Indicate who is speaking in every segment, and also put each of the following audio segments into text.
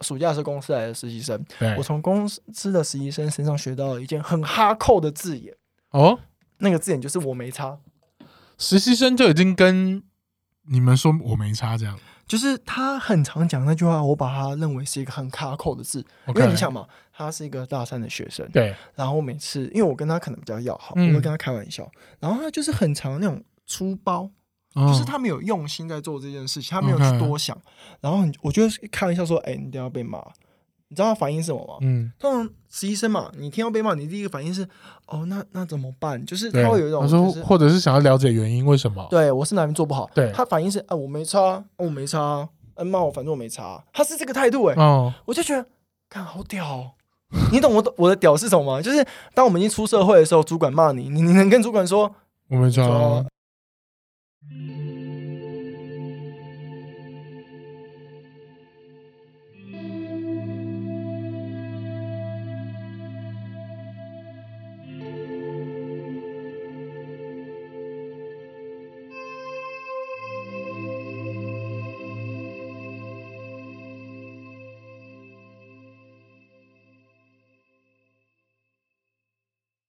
Speaker 1: 暑假是公司来的实习生，
Speaker 2: 对
Speaker 1: 我，从公司的实习生身上学到了一件很哈扣的字眼，
Speaker 2: 哦，
Speaker 1: 那个字眼就是我没差，
Speaker 2: 实习生就已经跟你们说我没差这样。
Speaker 1: 就是他很常讲那句话，我把它认为是一个很哈扣的字，因
Speaker 2: OK，
Speaker 1: 为你想嘛，他是一个大三的学生，
Speaker 2: 对，
Speaker 1: 然后每次因为我跟他可能比较要好，
Speaker 2: 嗯
Speaker 1: 我会跟他开玩笑，然后他就是很常那种粗包，
Speaker 2: 就
Speaker 1: 就是他没有用心在做这件事情，他没有去
Speaker 2: OK
Speaker 1: 多想，然后很我就是开玩笑说，哎、你等一下被骂，你知道他反应是什么吗？
Speaker 2: 嗯，
Speaker 1: 通常实习生嘛，你听到被骂，你第一个反应是哦，那那怎么办？就是
Speaker 2: 对
Speaker 1: 他会有一种
Speaker 2: 他
Speaker 1: 就
Speaker 2: 说，
Speaker 1: 是
Speaker 2: 或者是想要了解原因，为什么？
Speaker 1: 对我是哪边做不好，
Speaker 2: 对
Speaker 1: 他反应是啊我没差，啊我没差啊，啊骂我反正我没差啊，他是这个态度哎，
Speaker 2: 哦，
Speaker 1: 我就觉得看好屌哦、你懂我的我的屌是什么吗？就是当我们已经出社会的时候，主管骂你，你你能跟主管说
Speaker 2: 我没差
Speaker 1: 说
Speaker 2: 啊。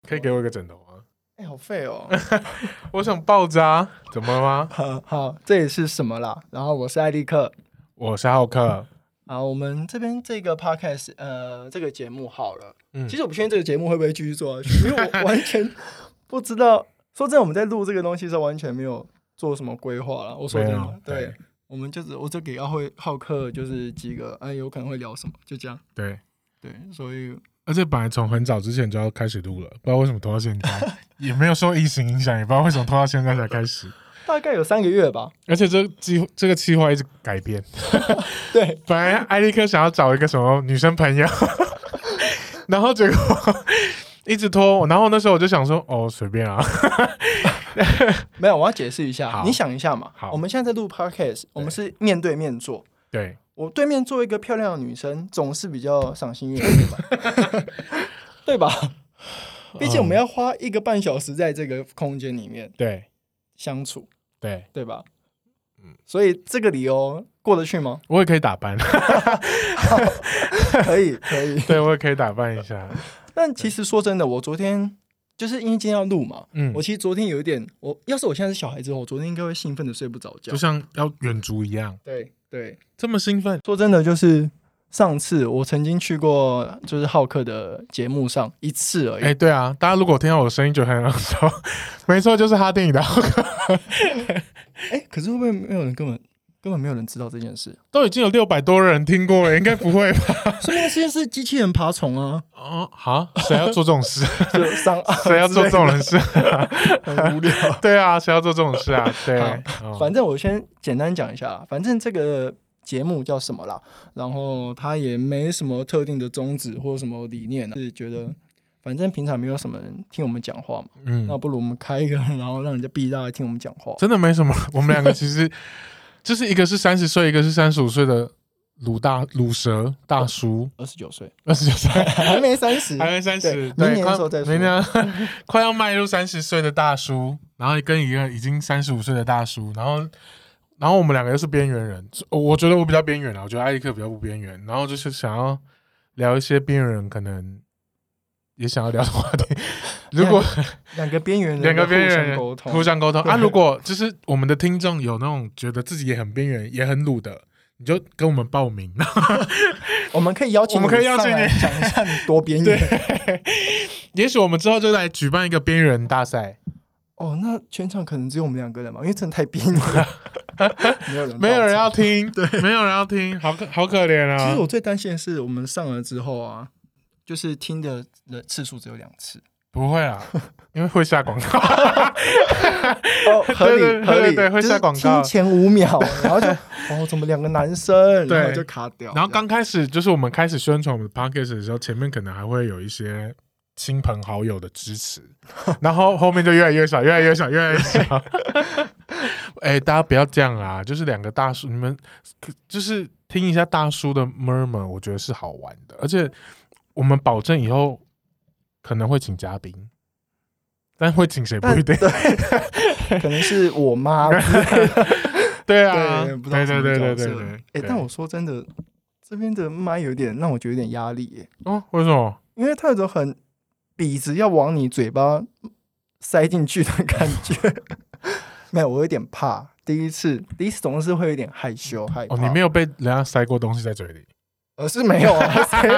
Speaker 2: 可以给我一个枕头吗？
Speaker 1: 哎、好废 哦、
Speaker 2: 我想爆炸，怎么了吗？
Speaker 1: 好好，这也是什么啦？然后我是艾利克。
Speaker 2: 我是浩克，
Speaker 1: 啊，我们这边这个 podcast，呃，这个节目好了。
Speaker 2: 嗯
Speaker 1: 其实我不确定这个节目会不会继续做下去，因为我完全不知道。说真的，我们在录这个东西的时候，完全没有做什么规划了。我说真
Speaker 2: 没有
Speaker 1: 的，对
Speaker 2: 对，
Speaker 1: 我们就只我就给浩会浩克就是几个，哎，有可能会聊什么，就这样。
Speaker 2: 对，
Speaker 1: 对，所以
Speaker 2: 而且本来从很早之前就要开始录了，不知道为什么拖到现 在，也没有受疫情影响，也不知道为什么拖到现在才开始。
Speaker 1: 大概有三个月吧。
Speaker 2: 而且这计这个计划一直改变，
Speaker 1: 对，
Speaker 2: 本来艾利克想要找一个什么女生朋友， 然后结果一直拖，然后那时候我就想说，哦，随便啊，
Speaker 1: 没有，我要解释一下
Speaker 2: 好，
Speaker 1: 你想一下嘛。
Speaker 2: 好
Speaker 1: 我们现在在录 podcast，我们是面对面做。
Speaker 2: 对，
Speaker 1: 我对面坐一个漂亮的女生，总是比较赏心悦目吧， 对吧？
Speaker 2: 嗯
Speaker 1: 毕竟我们要花一个半小时在这个空间里面
Speaker 2: 对
Speaker 1: 相处，
Speaker 2: 对，
Speaker 1: 对吧？所以这个理由过得去 吗？
Speaker 2: 我也可以打扮，
Speaker 1: 可以，可以。
Speaker 2: 对我也可以打扮一下，
Speaker 1: 但其实说真的，我昨天就是因为今天要录嘛，
Speaker 2: 嗯
Speaker 1: 我，其实昨天有一点，我要是我现在是小孩之后，我昨天应该会兴奋的睡不着觉
Speaker 2: 就。像要远足一样，
Speaker 1: 对对，
Speaker 2: 这么兴奋，
Speaker 1: 说真的，就是上次我曾经去过，就是浩克的节目上一次而已
Speaker 2: 哎、。对啊，大家如果听到我的声音觉得很耳熟， 没错，就是哈电影的，
Speaker 1: 哎、可是会不会没有人根本根本没有人知道这件事？
Speaker 2: 都已经有六百多人听过了，应该不会吧？
Speaker 1: 所以那件事机器人爬虫啊，
Speaker 2: 哦，好，谁要做这种 事？
Speaker 1: 就上 岸
Speaker 2: 谁要做这种人事？
Speaker 1: 很无聊。
Speaker 2: 对啊，谁要做这种事啊？对，哦
Speaker 1: 反正我先简单讲一下啦，反正这个节目叫什么啦，然后它也没什么特定的宗旨或什么理念、啊，是觉得反正平常没有什么人听我们讲话嘛，
Speaker 2: 嗯
Speaker 1: 那不如我们开一个，然后让人家闭大家听我们讲话。
Speaker 2: 真的没什么。 我们两个其实就是一个是三十岁，一个是三十五岁的鲁大鲁蛇大叔，
Speaker 1: 二十九岁
Speaker 2: 二十九岁
Speaker 1: 还没三十，
Speaker 2: 还没三十，
Speaker 1: 对明年
Speaker 2: 快
Speaker 1: 的时候再说
Speaker 2: 明年啊快要迈入三十岁的大叔，然后跟一个已经三十五岁的大叔，然后。然后我们两个又是边缘人，我我觉得我比较边缘啊，我觉得艾利克比较不边缘。然后就是想要聊一些边缘人可能也想要聊的话题。如果
Speaker 1: 两个边缘人，
Speaker 2: 两个边缘人
Speaker 1: 沟通，
Speaker 2: 互相沟 通
Speaker 1: 对
Speaker 2: 啊。如果就是我们的听众有那种觉得自己也很边缘、也很鲁的，你就跟我们报名，
Speaker 1: 我们可以邀请，
Speaker 2: 我们可以邀请你
Speaker 1: 讲一下你多边缘。
Speaker 2: 也许我们之后就来举办一个边缘人大赛。
Speaker 1: 哦，那全场可能只有我们两个人嘛，因为真的太逼了， 没有人，
Speaker 2: 没有人要。听，对，没有人要听，好可好可怜
Speaker 1: 其实
Speaker 2: 啊！
Speaker 1: 我最担心的是，我们上了之后啊，就是听的人次数只有两次。
Speaker 2: 不会 啊，因为会下广告。
Speaker 1: 哦，合理
Speaker 2: 对对对
Speaker 1: 合
Speaker 2: 对
Speaker 1: 理，
Speaker 2: 对会
Speaker 1: 就是
Speaker 2: 下广告
Speaker 1: 听前五秒，然后就 哦，怎么两个男 生，
Speaker 2: 对
Speaker 1: 然后就卡掉。
Speaker 2: 然后刚开始就是我们开始宣传我们的 podcast 的时候，前面可能还会有一些亲朋好友的支持， 然后后面就越来越少，越来越少，越来越少。 哎、大家不要这样啊！就是两个大叔，你们就是听一下大叔的 murmur，我觉得是好玩的，而且我们保证以后可能会请嘉宾，但会请谁不一定。
Speaker 1: 对可能是我妈之类的，
Speaker 2: 对啊，
Speaker 1: 对，不知道
Speaker 2: 对
Speaker 1: 什么
Speaker 2: 对对对
Speaker 1: 角色
Speaker 2: 对。
Speaker 1: 哎，
Speaker 2: 对
Speaker 1: 但我说真的，这边的麦有点让我觉得有点压力耶，
Speaker 2: 哦，为什么？
Speaker 1: 因为它有种很笔直要往你嘴巴塞进去的感觉。 没有，我有点怕。第一次，第一次总是会有点害羞害怕。
Speaker 2: 哦，你没有被人家塞过东西在嘴里？
Speaker 1: 呃，是没有啊？ 谁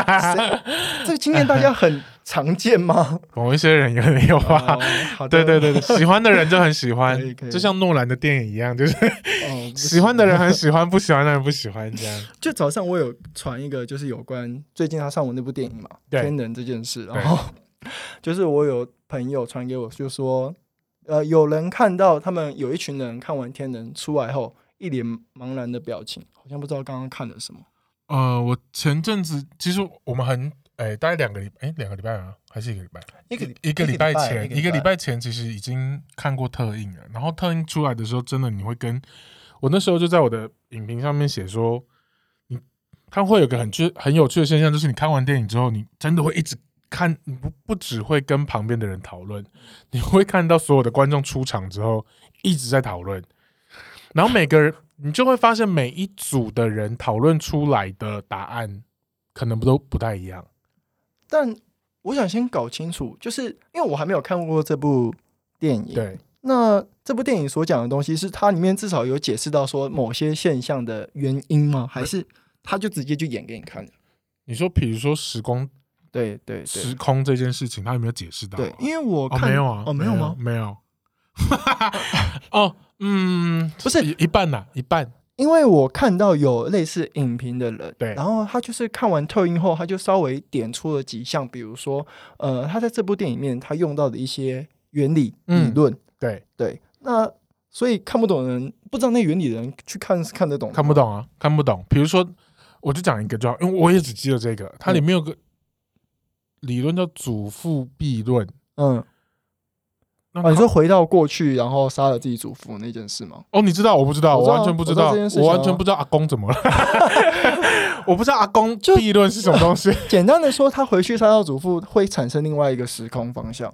Speaker 1: 谁这个经验大 家很常见吗？
Speaker 2: 某一些人有点有吧
Speaker 1: 哦。好
Speaker 2: 对
Speaker 1: 的，
Speaker 2: 对对对， 喜欢的哦人就很喜欢
Speaker 1: 可以可，以
Speaker 2: 就像诺兰的电影一样，就是
Speaker 1: 哦，不
Speaker 2: 喜欢的人很喜欢，不喜欢的人不喜欢，这样。
Speaker 1: 就早上我有传一个，就是有关最近他上我那部电影嘛，
Speaker 2: 对
Speaker 1: 《天能》这件事，然后就是我有朋友传给我，就说，呃，有人看到他们有一群人看完《天能》出来后，一脸茫然的表情，好像不知道刚刚看了什么。
Speaker 2: 呃，我前阵子其实我们很，哎、大概两个礼，哎、两个礼拜啊，还是一个礼拜？
Speaker 1: 一个
Speaker 2: 一个礼拜前，一个礼
Speaker 1: 拜，
Speaker 2: 拜前其实已经看过特映了。然后特映出来的时候，真的你会跟我那时候就在我的影评上面写说，你它会有个很趣很有趣的现象，就是你看完电影之后，你真的会一直看，你不不只会跟旁边的人讨论，你会看到所有的观众出场之后一直在讨论，然后每个人你就会发现每一组的人讨论出来的答案可能不都不太一样。
Speaker 1: 但我想先搞清楚，就是因为我还没有看过这部电影，
Speaker 2: 对，
Speaker 1: 那这部电影所讲的东西，是它里面至少有解释到说某些现象的原因吗？还是他就直接就演给你看了？
Speaker 2: 你说比如说时光
Speaker 1: 对对
Speaker 2: 时
Speaker 1: 对
Speaker 2: 空这件事情，他有没有解释到啊？
Speaker 1: 对，因为我
Speaker 2: 哦
Speaker 1: 看、
Speaker 2: 没有啊，
Speaker 1: 哦没有吗？
Speaker 2: 没有。哦，嗯，
Speaker 1: 不是
Speaker 2: 一一半呐，一半。
Speaker 1: 因为我看到有类似影评的人，
Speaker 2: 对
Speaker 1: 然后他就是看完特映后，他就稍微点出了几项，比如说，呃，他在这部电影里面他用到的一些原理、
Speaker 2: 嗯
Speaker 1: 理论，
Speaker 2: 对，
Speaker 1: 对，那所以看不懂的人，不知道那原理的人去看是看得懂的，
Speaker 2: 看不懂啊，看不懂。比如说，我就讲一个就好，因为我也只记得这个，
Speaker 1: 嗯
Speaker 2: 它里面有个理论叫祖父悖论。
Speaker 1: 嗯，
Speaker 2: 那
Speaker 1: 啊，你
Speaker 2: 它
Speaker 1: 说回到过去，然后杀了自己祖父那件事吗？
Speaker 2: 哦，你知道？我不知道，
Speaker 1: 我
Speaker 2: 我
Speaker 1: 知道
Speaker 2: 完全不知
Speaker 1: 我
Speaker 2: 道
Speaker 1: 知道这件事，情
Speaker 2: 我
Speaker 1: 啊
Speaker 2: 完全不知道阿公怎 么了。我不知道阿公悖论是什么 东西。
Speaker 1: 简单的说，他回去杀掉祖父会产生另外一个时空方向，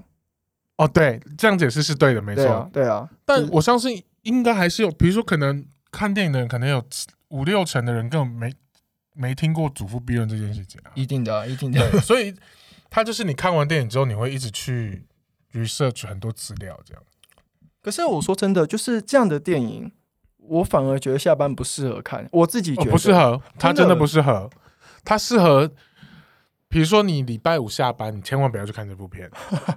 Speaker 2: 哦，对，这样解释是对的，没
Speaker 1: 对
Speaker 2: 错
Speaker 1: 啊。，对啊，
Speaker 2: 但
Speaker 1: 就是
Speaker 2: 我相信应该还是有，比如说可能看电影的人，可能有五六成的人根本没没听过祖父悖论这件事 情啊。
Speaker 1: 一定的啊，一定的，
Speaker 2: 对，所以他就是你看完电影之后，你会一直去 research 很多资料，这样。
Speaker 1: 可是我说真的，就是这样的电影，我反而觉得下班不适合看。我自己觉
Speaker 2: 哦，
Speaker 1: 得、
Speaker 2: 不适，合，他真
Speaker 1: 真
Speaker 2: 的
Speaker 1: 的
Speaker 2: 不适合，他适合。比如说，你礼拜五下班，你千万不要去看这部 片。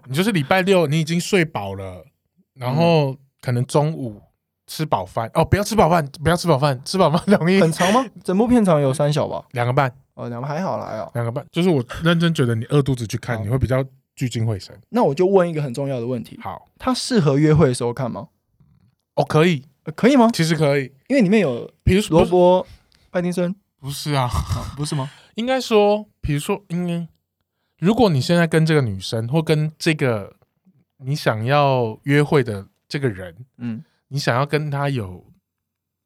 Speaker 2: 你就是礼拜六，你已经睡饱了，然后可能中午吃饱饭哦，不要吃饱饭，不要吃饱饭，吃饱饭容易
Speaker 1: 很长吗？整部片长有三小吧？
Speaker 2: 两个半。
Speaker 1: 哦，两个还好啦，还好。
Speaker 2: 两个半，就是我认真觉得你饿肚子去看，
Speaker 1: 好
Speaker 2: 你会比较聚精会神。
Speaker 1: 那我就问一个很重要的问题：
Speaker 2: 好，
Speaker 1: 它适合约会的时候看吗？
Speaker 2: 哦，可以，
Speaker 1: 呃可以吗？
Speaker 2: 其实可以。
Speaker 1: 因为里面有
Speaker 2: 比如说，
Speaker 1: 罗
Speaker 2: 不是
Speaker 1: 伯·派丁森，
Speaker 2: 不是啊，
Speaker 1: 啊不是吗？
Speaker 2: 应该说，比如说，应该，如果你现在跟这个女生或跟这个你想要约会的这个人，
Speaker 1: 嗯，
Speaker 2: 你想要跟他有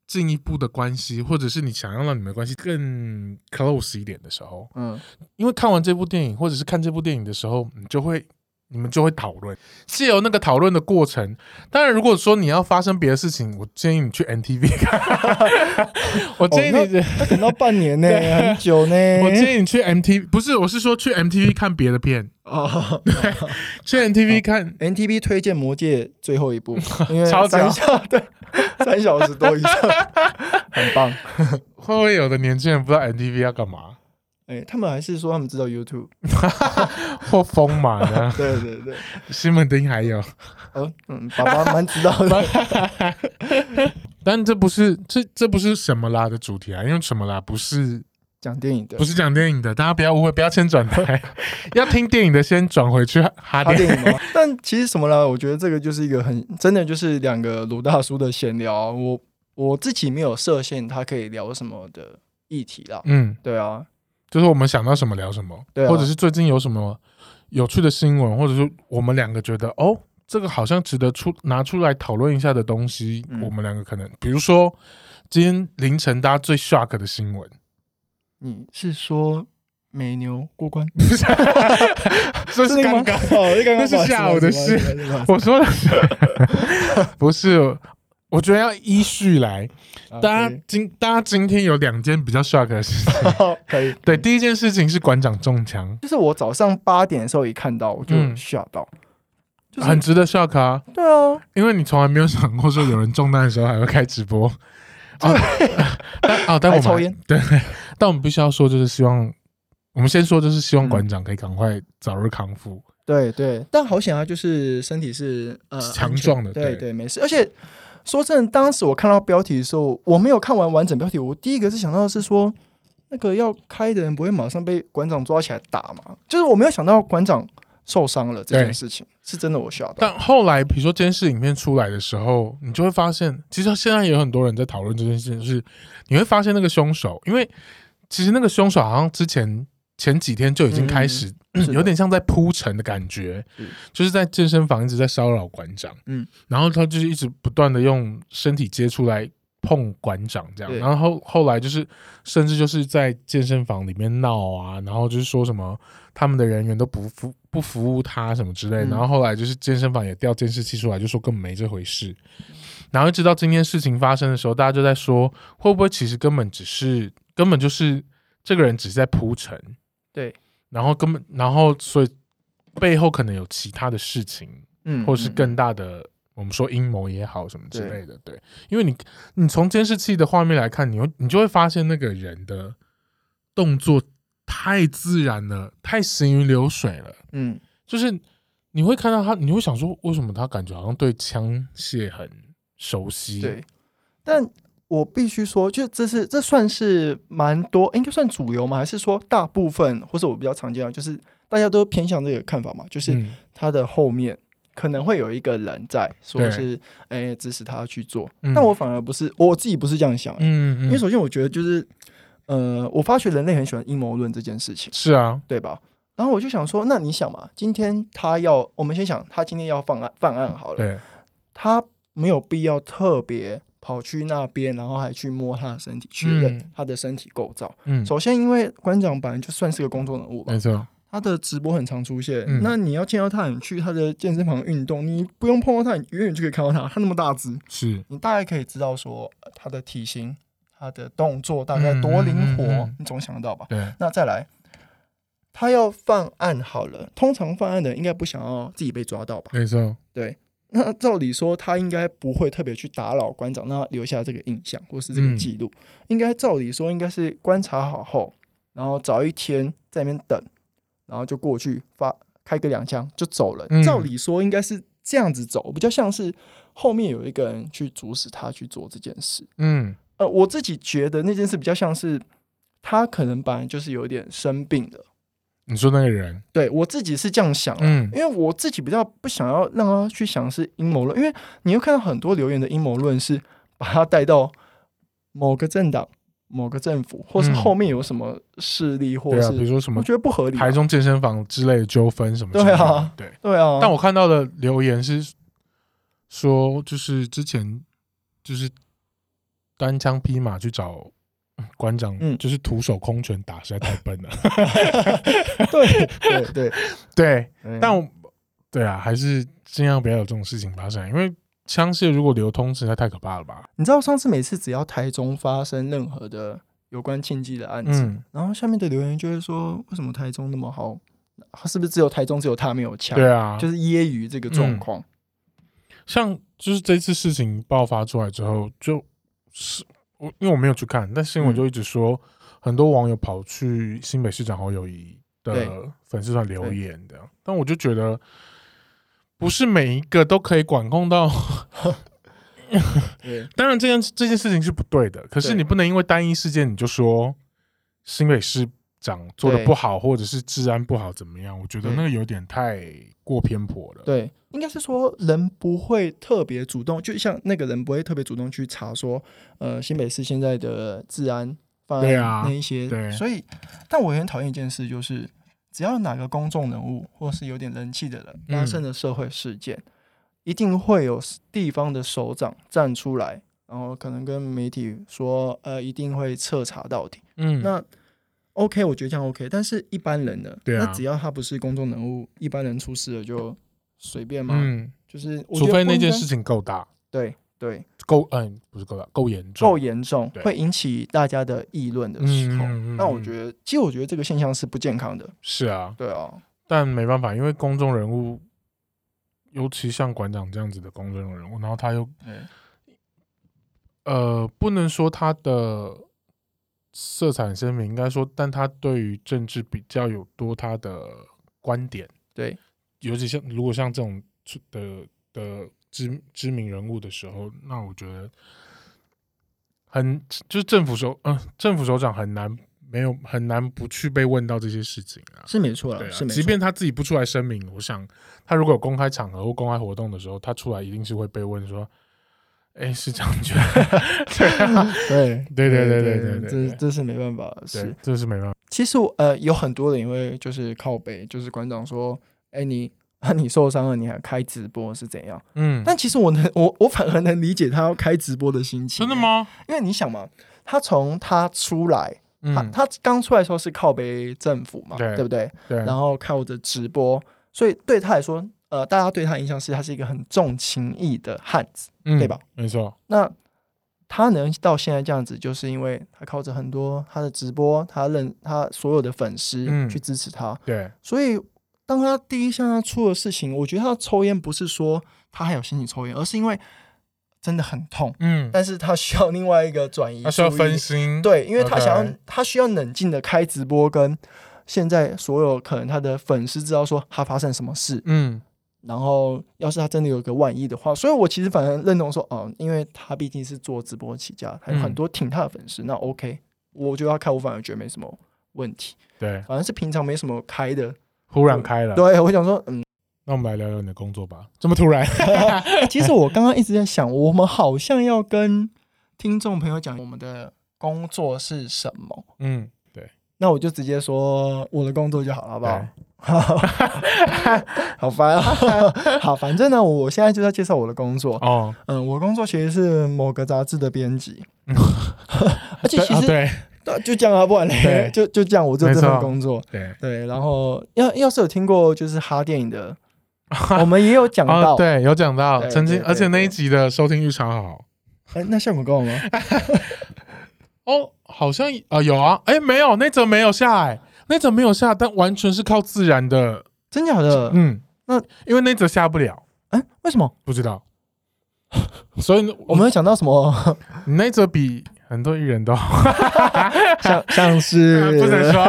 Speaker 2: 进一步的关系，或者是你想要让你们的关系更 close 一点的时候，
Speaker 1: 嗯，
Speaker 2: 因为看完这部电影，或者是看这部电影的时候，你就会你们就会讨论，借由那个讨论的过程。当然，如果说你要发生别的事情，我建议你去 NTV 看。 我建议你，
Speaker 1: 要等到半年呢、
Speaker 2: 对啊
Speaker 1: 很久呢、
Speaker 2: 我建议你去 MTV，不是，我是说去 MTV 看别的片，
Speaker 1: 哦
Speaker 2: 去 MTV 看。
Speaker 1: ，NTV 推荐《魔戒》最后一 部，因为
Speaker 2: 超
Speaker 1: 三
Speaker 2: 长
Speaker 1: 小 对三小时多以 上，很棒。
Speaker 2: 会不会有的年轻人不知道 MTV 要干嘛？
Speaker 1: 哎、他们还是说他们知道 YouTube，？
Speaker 2: 或疯马呢
Speaker 1: 对对对。
Speaker 2: 西门町还有，
Speaker 1: 哦，嗯，爸爸蛮知道的。
Speaker 2: 但这不是这这不是什么啦的主题啊，因为什么啦不是
Speaker 1: 讲电影的，
Speaker 2: 不
Speaker 1: 是
Speaker 2: 是讲电影的，大家不要误会，不要先转台，要听电影的先转回去
Speaker 1: 他
Speaker 2: 哈电。
Speaker 1: 电影吗？但其实什么啦，我觉得这个就是一个很真的，就是两个鲁大叔的闲聊。啊我我自己没有设限，他可以聊什么的议题啦。
Speaker 2: 嗯，
Speaker 1: 对啊，
Speaker 2: 就是我们想到什么聊什么，
Speaker 1: 对啊
Speaker 2: 或者是最近有什么有趣的新闻，或者是我们两个觉得哦，这个好像值得出拿出来讨论一下的东西，
Speaker 1: 嗯
Speaker 2: 我们两个可能，比如说今天凌晨大家最 shock 的新闻，
Speaker 1: 你是说美牛过关？
Speaker 2: 这是
Speaker 1: 那个
Speaker 2: 刚
Speaker 1: 吗
Speaker 2: 刚
Speaker 1: 哦，那刚刚
Speaker 2: 那是下午的事。
Speaker 1: 不好意思不好意思不好意思不好意思
Speaker 2: 我说的是，不是我觉得要依序来。
Speaker 1: 啊
Speaker 2: 大家今大家今天有两件比较 shock 的事 情，
Speaker 1: 可以可以，
Speaker 2: 对，第一件事情是馆长中枪，
Speaker 1: 就是我早上八点的时候一看到我就
Speaker 2: 嗯
Speaker 1: 吓到，就是
Speaker 2: 很值得 shock 啊，
Speaker 1: 对啊，
Speaker 2: 因为你从来没有想过说有人中弹的时候还会开直播。哦，但哦， 但
Speaker 1: 还
Speaker 2: 我们
Speaker 1: 抽烟，
Speaker 2: 对，但我们必须要说，就是希望我们先说，就是希望
Speaker 1: 嗯
Speaker 2: 馆长可以赶快早日康复。
Speaker 1: 对对，但好险啊，就是身体是呃
Speaker 2: 强
Speaker 1: 安全
Speaker 2: 壮的
Speaker 1: 对
Speaker 2: 对
Speaker 1: 没事。而且说真的，当时我看到标题的时候，我没有看完完整标题，我第一个是想到的是说，那个要开的人不会马上被馆长抓起来打嘛？就是我没有想到馆长受伤了这
Speaker 2: 对
Speaker 1: 件事情，是真的我吓到。
Speaker 2: 但后来，比如说监视影片出来的时候，你就会发现，其实现在也有很多人在讨论这件事，就是你会发现那个凶手，因为其实那个凶手好像之前前几天就已经开始，
Speaker 1: 是的
Speaker 2: 有点像在铺陈的感觉，
Speaker 1: 是
Speaker 2: 就是在健身房一直在骚扰馆长，
Speaker 1: 嗯，
Speaker 2: 然后他就是一直不断的用身体接触来碰馆长这样，
Speaker 1: 对
Speaker 2: 然后后后来就是甚至就是在健身房里面闹啊，然后就是说什么他们的人员都不服不服务他什么之类的，
Speaker 1: 嗯
Speaker 2: 然后后来就是健身房也调监视器出来，就说根本没这回事，然后一直到今天事情发生的时候，大家就在说会不会其实根本只是根本就是这个人只是在铺陈，
Speaker 1: 对，
Speaker 2: 然后根本然后所以背后可能有其他的事情，
Speaker 1: 嗯，
Speaker 2: 或是
Speaker 1: 嗯
Speaker 2: 更大的，我们说阴谋也好，什么之
Speaker 1: 对
Speaker 2: 类的，对，因为你你从监视器的画面来看，你会你就会发现那个人的动作太自然了，太行云流水了，
Speaker 1: 嗯
Speaker 2: 就是你会看到他，你会想说，为什么他感觉好像对枪械很熟悉？
Speaker 1: 对，，但。我必须说，就这是这算是蛮多，应该算主流吗？还是说大部分，或者我比较常见的，就是大家都偏向这个看法嘛？就是
Speaker 2: 嗯，
Speaker 1: 他的后面可能会有一个人在，说
Speaker 2: 对
Speaker 1: 是诶、支持他去做。
Speaker 2: 嗯
Speaker 1: 但我反而不是，我自己不是这样想，
Speaker 2: 嗯嗯，
Speaker 1: 因为首先我觉得就是，呃，我发觉人类很喜欢阴谋论这件事情，
Speaker 2: 是啊，
Speaker 1: 对吧？然后我就想说，那你想嘛，今天他要，我们先想他今天要犯案犯案好了，
Speaker 2: 对，
Speaker 1: 他没有必要特别跑去那边，然后还去摸他的身体，确认
Speaker 2: 嗯
Speaker 1: 他的身体构造。
Speaker 2: 嗯，
Speaker 1: 首先，因为馆长本来就算是个公众人物吧
Speaker 2: 没，错，
Speaker 1: 他的直播很常出现，
Speaker 2: 嗯
Speaker 1: 那你要见到他，你去他的健身房运动，你不用碰到他，你远远就可以看到他，他那么大只，
Speaker 2: 是，
Speaker 1: 你大概可以知道说呃他的体型、他的动作大概多灵活，
Speaker 2: 嗯嗯嗯嗯
Speaker 1: 你总想得到吧？
Speaker 2: 对，
Speaker 1: 那再来，他要犯案好了，通常犯案的人应该不想要自己被抓到吧？
Speaker 2: 没错，
Speaker 1: 对，那照理说他应该不会特别去打扰馆长，让他留下这个印象或是这个
Speaker 2: 嗯
Speaker 1: 记录。应该照理说应该是观察好后，然后找一天在那边等，然后就过去发开个两枪就走了。
Speaker 2: 嗯
Speaker 1: 照理说应该是这样子走，比较像是后面有一个人去阻止他去做这件事。
Speaker 2: 嗯，
Speaker 1: 呃，我自己觉得那件事比较像是他可能本来就是有点生病的，
Speaker 2: 你说那个人，
Speaker 1: 对我自己是这样想啊
Speaker 2: 嗯
Speaker 1: 因为我自己比较不想要让他去想是阴谋论，因为你会看到很多留言的阴谋论是把他带到某个政党、某个政府，或是
Speaker 2: 嗯
Speaker 1: 后面有什么势力，或
Speaker 2: 对啊，比如
Speaker 1: 是
Speaker 2: 说什么
Speaker 1: 我觉得不合理啊。
Speaker 2: 台中健身房之类的纠纷什么之类的
Speaker 1: 对啊
Speaker 2: 对。
Speaker 1: 对啊，
Speaker 2: 但我看到的留言是说，就是之前就是单枪匹马去找嗯馆长，
Speaker 1: 嗯
Speaker 2: 就是徒手空拳打，实在太笨 了。
Speaker 1: 对对对，
Speaker 2: 对，
Speaker 1: 嗯
Speaker 2: 但我对啊，还是尽量不要有这种事情发生，因为枪械如果流通实在太可怕了吧？
Speaker 1: 你知道上次每次只要台中发生任何的有关庆忌的案子，
Speaker 2: 嗯，
Speaker 1: 然后下面的留言就会说，为什么台中那么好？是不是只有台中只有他没有枪？
Speaker 2: 对啊，
Speaker 1: 就是揶揄这个状
Speaker 2: 嗯
Speaker 1: 况。
Speaker 2: 像就是这次事情爆发出来之后，就是我因为我没有去看，但新闻
Speaker 1: 嗯
Speaker 2: 就一直说、很多网友跑去新北市长侯友谊
Speaker 1: 对
Speaker 2: 的粉丝团留言的，但我就觉得不是每一个都可以管控到。
Speaker 1: 对
Speaker 2: 当然，这件这件事情是不对的，可是
Speaker 1: 对
Speaker 2: 你不能因为单一事件你就说新北市长做的
Speaker 1: 对
Speaker 2: 不好，或者是治安不好怎么样？我觉得
Speaker 1: 对
Speaker 2: 那个有点太过偏颇了。
Speaker 1: 对，应该是说人不会特别主动，就像那个人不会特别主动去查说，呃，新北市现在的治安犯
Speaker 2: 对
Speaker 1: 案
Speaker 2: 啊
Speaker 1: 那一些，
Speaker 2: 对
Speaker 1: 所以，但我也很讨厌一件事，就是只要哪个公众人物或是有点人气的人发
Speaker 2: 嗯
Speaker 1: 生了社会事件，一定会有地方的首长站出来，然后可能跟媒体说，呃，一定会彻查到底。
Speaker 2: 嗯，
Speaker 1: 那 OK，我觉得这样 OK，但是一般人呢？
Speaker 2: 对啊
Speaker 1: 那只要他不是公众人物，一般人出事了就随便嘛，
Speaker 2: 嗯，
Speaker 1: 就是我觉
Speaker 2: 除
Speaker 1: 得
Speaker 2: 非
Speaker 1: 不
Speaker 2: 那
Speaker 1: 应
Speaker 2: 件
Speaker 1: 该
Speaker 2: 事情够大。
Speaker 1: 对，对，
Speaker 2: 够嗯，不是够大，够严重，
Speaker 1: 够严重
Speaker 2: 对，
Speaker 1: 会引起大家的议论的时候，
Speaker 2: 嗯嗯嗯
Speaker 1: 那我觉得，其实我觉得这个现象是不健康的。
Speaker 2: 是啊，
Speaker 1: 对啊，
Speaker 2: 但没办法，因为公众人物，尤其像馆长这样子的公众人物，然后他又
Speaker 1: 嗯，
Speaker 2: 呃，不能说他的色彩鲜明，应该说，但他对于政治比较有多他的观点，
Speaker 1: 对，
Speaker 2: 尤其像如果像这种出的的知知名人物的时候，那我觉得很就是政府首嗯、政府首长很难没有很难不去被问到这些事情啊。
Speaker 1: 是没错
Speaker 2: 对
Speaker 1: 啦，
Speaker 2: 啊
Speaker 1: 呃是，没
Speaker 2: 即
Speaker 1: 错。
Speaker 2: 便他 自己不出来声明，我想他如果有公开场合或公开活动的时候，他出来一定是会被问说：“哎，是这样觉得？”对啊，
Speaker 1: 对
Speaker 2: 对对对对对对对
Speaker 1: 这这是没办法的事
Speaker 2: 对。，这是没办法。
Speaker 1: 其实我呃，有很多人因为就是靠背，就是馆长说，哎、你 你受伤了，你还开直播是怎样？
Speaker 2: 嗯，
Speaker 1: 但其实我能，我我反而能理解他要开直播的心情。
Speaker 2: 真的？吗？
Speaker 1: 因为你想嘛，他从他出来，他
Speaker 2: 嗯，
Speaker 1: 他刚出来的时候是靠背政府嘛，
Speaker 2: 对
Speaker 1: 对不对？
Speaker 2: 对，
Speaker 1: 然后靠着直播，所以对他来说，呃，大家对他的印象是他是一个很重情义的汉子。
Speaker 2: 嗯
Speaker 1: 对吧？
Speaker 2: 没错，
Speaker 1: 那他能到现在这样子，就是因为他靠着很多他的直播，他认他所有的粉丝
Speaker 2: 嗯
Speaker 1: 去支持他，
Speaker 2: 对，
Speaker 1: 所以当他第一项他出的事情，我觉得他抽烟不是说他还有心情抽烟，而是因为真的很痛，
Speaker 2: 嗯，
Speaker 1: 但是他需要另外一个转移，
Speaker 2: 他需要分。心，，
Speaker 1: 对，因为他
Speaker 2: OK
Speaker 1: 想要，他需要冷静的开直播，跟现在所有可能他的粉丝知道说他发生什么事，
Speaker 2: 嗯，
Speaker 1: 然后要是他真的有个万一的话，所以我其实反而认同说，哦，因为他毕竟是做直播起家，他有
Speaker 2: 嗯
Speaker 1: 很多挺他的粉丝，那 OK，我觉得他开，我反而觉得没什么问题，
Speaker 2: 对，
Speaker 1: 反正是平常没什么开的。
Speaker 2: 忽然开了。
Speaker 1: 对，我想说，嗯，
Speaker 2: 那我们来聊聊你的工作吧，这么 突然，
Speaker 1: 欸其实我刚刚一直在想，我们好像要跟听众朋友讲我们的工作是什么。
Speaker 2: 嗯，对，
Speaker 1: 那我就直接说我的工作就好了，好不好
Speaker 2: 对？
Speaker 1: 好烦啊！ 好，反正呢，我现在就在介绍我的工作。
Speaker 2: 哦，
Speaker 1: 嗯，我工作其实是某个杂志的编 辑
Speaker 2: 嗯，
Speaker 1: 而且
Speaker 2: 对
Speaker 1: 其
Speaker 2: 啊
Speaker 1: 实、
Speaker 2: 对
Speaker 1: 对就这样啊，不然嘞
Speaker 2: 对，
Speaker 1: 就就这样，我做这
Speaker 2: 没
Speaker 1: 份
Speaker 2: 错
Speaker 1: 工作。
Speaker 2: 对，
Speaker 1: 对，然后要要是有听过就是哈电影 的，我们也有讲
Speaker 2: 哦
Speaker 1: 到，
Speaker 2: 对，有讲到
Speaker 1: 对
Speaker 2: 曾经，
Speaker 1: 对对
Speaker 2: 而且那一
Speaker 1: 对
Speaker 2: 集的收听率超好，
Speaker 1: 哎，那效果够吗？
Speaker 2: 哦，好像啊、有啊，哎、没有那则没有下、哎，那则没有下，但完全是靠自然的，
Speaker 1: 真假的？
Speaker 2: 嗯，
Speaker 1: 那
Speaker 2: 因为那则下不了，
Speaker 1: 哎，为什么？
Speaker 2: 不 知道，所以
Speaker 1: 我们有讲到什么？
Speaker 2: 你那则比很多艺人都好，
Speaker 1: 像像啊是
Speaker 2: 不能说，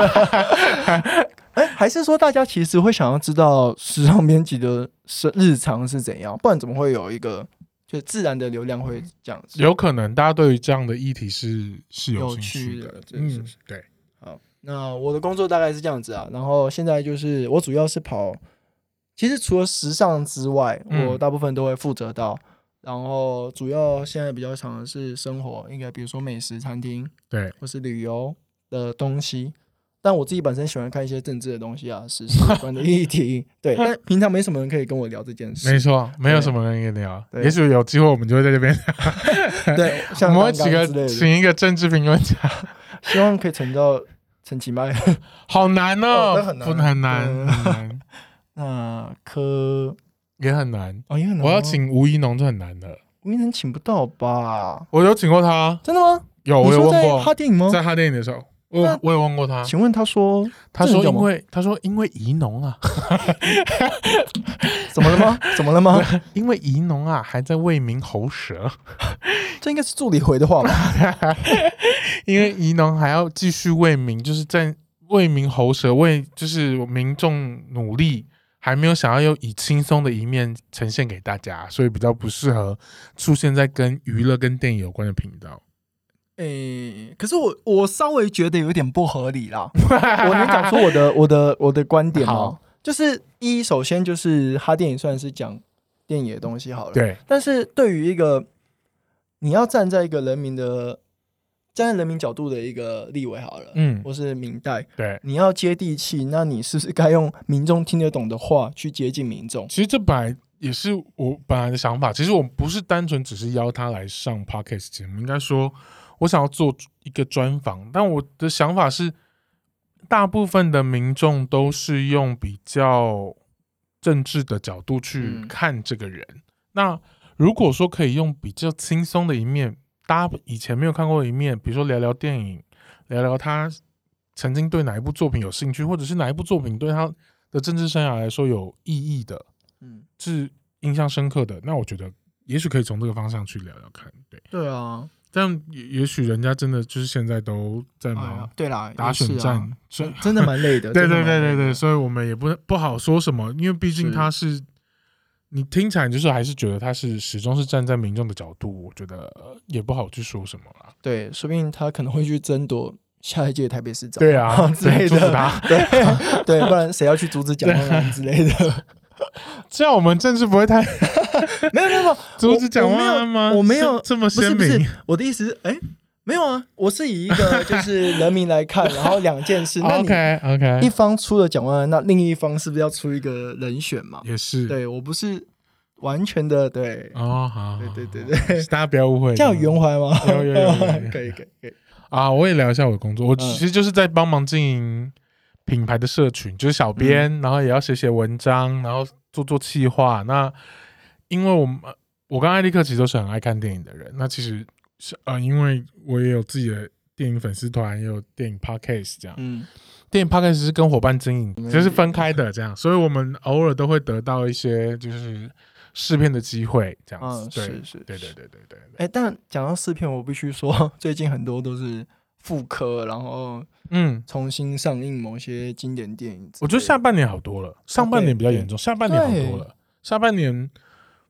Speaker 1: 哎，还是说大家其实会想要知道时尚编辑的生日常是怎样？不然怎么会有一个就自然的流量会这样子？
Speaker 2: 有可能大家对于这样的议题是是有
Speaker 1: 有
Speaker 2: 兴趣
Speaker 1: 趣
Speaker 2: 的
Speaker 1: 的，这
Speaker 2: 嗯
Speaker 1: 是，
Speaker 2: 对，
Speaker 1: 好，那我的工作大概是这样子啊。然后现在就是我主要是跑，其实除了时尚之外，
Speaker 2: 嗯
Speaker 1: 我大部分都会负责到。然后主要现在比较常的是生活，应该比如说美食、餐厅，
Speaker 2: 对，
Speaker 1: 或是旅游的东西。但我自己本身喜欢看一些政治的东西啊，时事有关的议题。 对，但平常没什么人可以跟我聊这件
Speaker 2: 没
Speaker 1: 事。
Speaker 2: 错，没有
Speaker 1: 对
Speaker 2: 什么人跟你聊，
Speaker 1: 对
Speaker 2: 也许有机会我们就会在这边，
Speaker 1: 对，
Speaker 2: 我
Speaker 1: 像
Speaker 2: 们会
Speaker 1: 刚
Speaker 2: 请
Speaker 1: 刚之类
Speaker 2: 个
Speaker 1: 的，
Speaker 2: 请一个政治评论家，
Speaker 1: 希望可以成到陈其迈。
Speaker 2: 好难哦，
Speaker 1: 哦这很难
Speaker 2: 不很难，
Speaker 1: 嗯
Speaker 2: 很难，
Speaker 1: 那科
Speaker 2: 也很难，
Speaker 1: 哦，因为
Speaker 2: 我要请吴一农就很难了，
Speaker 1: 吴亦能请不到吧？
Speaker 2: 我有请过他。
Speaker 1: 真的吗？
Speaker 2: 有，我
Speaker 1: 你
Speaker 2: 有
Speaker 1: 说
Speaker 2: 问
Speaker 1: 在哈
Speaker 2: 过，
Speaker 1: 电影吗？
Speaker 2: 在哈电影的时候，我
Speaker 1: 那
Speaker 2: 有我有问过他，
Speaker 1: 请问他说
Speaker 2: 他
Speaker 1: 这
Speaker 2: 说
Speaker 1: 很久
Speaker 2: 因
Speaker 1: 吗
Speaker 2: 为他说因为宜农啊，
Speaker 1: 怎么了 吗？怎么了吗？
Speaker 2: 因为宜农啊还在为民喉舌，
Speaker 1: 这应该是助理回的话吧？
Speaker 2: 因为宜农还要继续为民，就是在为民喉舌，为就是民众努力。还没有想要用以轻松的一面呈现给大家，所以比较不适合出现在跟娱乐跟电影有关的频道。
Speaker 1: 诶、可是我我稍微觉得有点不合理啦。 我能讲出我 的我的我的观点吗
Speaker 2: 好？
Speaker 1: 就是一，首先就是哈电影虽然是讲电影的东西好了，
Speaker 2: 对，
Speaker 1: 但是对于一个你要站在一个人民的站在人民角度的一个立委好了，
Speaker 2: 嗯，
Speaker 1: 或是明代，
Speaker 2: 对。
Speaker 1: 你要接地气，那你是不是该用民众听得懂的话去接近民众？
Speaker 2: 其实这本来也是我本来的想法。其实我不是单纯只是邀他来上 podcast 节目，应该说我想要做一个专访。但我的想法是，大部分的民众都是用比较政治的角度去
Speaker 1: 嗯
Speaker 2: 看这个人。那如果说可以用比较轻松的一面，大家以前没有看过的一面，比如说聊聊电影，聊聊他曾经对哪一部作品有兴趣，或者是哪一部作品对他的政治生涯来说有意义的，
Speaker 1: 嗯，
Speaker 2: 是印象深刻的，那我觉得也许可以从这个方向去聊聊看。对，
Speaker 1: 对啊，
Speaker 2: 但也也许人家真的就是现在都在
Speaker 1: 哎
Speaker 2: 忙
Speaker 1: 呀，对啦，
Speaker 2: 打
Speaker 1: 也是
Speaker 2: 选
Speaker 1: 啊
Speaker 2: 战，所以
Speaker 1: 真真的蛮累的。
Speaker 2: 对
Speaker 1: 真的啊
Speaker 2: 对对
Speaker 1: 蛮累
Speaker 2: 对对，
Speaker 1: 的，
Speaker 2: 所以我们也不不好说什么，因为毕竟他是你听起来就是还是觉得他是始终是站在民众的角度，我觉得呃也不好去说什么啦。
Speaker 1: 对，说不定他可能会去争夺下一届台北市长，
Speaker 2: 对啊，
Speaker 1: 之类
Speaker 2: 对祝福
Speaker 1: 的，
Speaker 2: 他。
Speaker 1: 对 对，不然谁要去阻止蒋万安之类的？
Speaker 2: 这样我们政治不会太
Speaker 1: 没有没有 没有，
Speaker 2: 阻止讲话吗？
Speaker 1: 我没有
Speaker 2: 是这么
Speaker 1: 不是
Speaker 2: 鲜
Speaker 1: 不是
Speaker 2: 明。，
Speaker 1: 我的意思是，哎，没有啊，我是以一个就是人民来看，然后两件 事，那你
Speaker 2: 哦 OK
Speaker 1: 一
Speaker 2: OK，
Speaker 1: 方出了蒋万安，那另一方是不是要出一个人选嘛？
Speaker 2: 也是
Speaker 1: 对我不是完全的对，
Speaker 2: 哦，好，
Speaker 1: 对对
Speaker 2: 好
Speaker 1: 对对，
Speaker 2: 大家不要误会，
Speaker 1: 这样有圆滑吗？
Speaker 2: 有有有有 有
Speaker 1: 可以可以可以，
Speaker 2: 啊，我也聊一下我的工作，我
Speaker 1: 嗯
Speaker 2: 其实就是在帮忙经营品牌的社群，就是小编，
Speaker 1: 嗯
Speaker 2: 然后也要写写文章，然后做做企划。那因为我们呃我跟艾利克其实都是很爱看电影的人，那其实是呃，因为我也有自己的电影粉丝团，也有电影 podcast 这样，
Speaker 1: 嗯，
Speaker 2: 电影 podcast 是跟伙伴经营，
Speaker 1: 嗯
Speaker 2: 就是分开的这样，所以我们偶尔都会得到一些就是试片的机会这样子，
Speaker 1: 嗯
Speaker 2: 对
Speaker 1: 是是
Speaker 2: 对对
Speaker 1: 是
Speaker 2: 对对对对，
Speaker 1: 哎、但讲到四片，我必须说， 最近很多都是复刻，然后
Speaker 2: 嗯。
Speaker 1: 重新上映某些经典电影之类的。
Speaker 2: 我觉得下半年好多了，上半年比较严重，下半年好多了。下半年，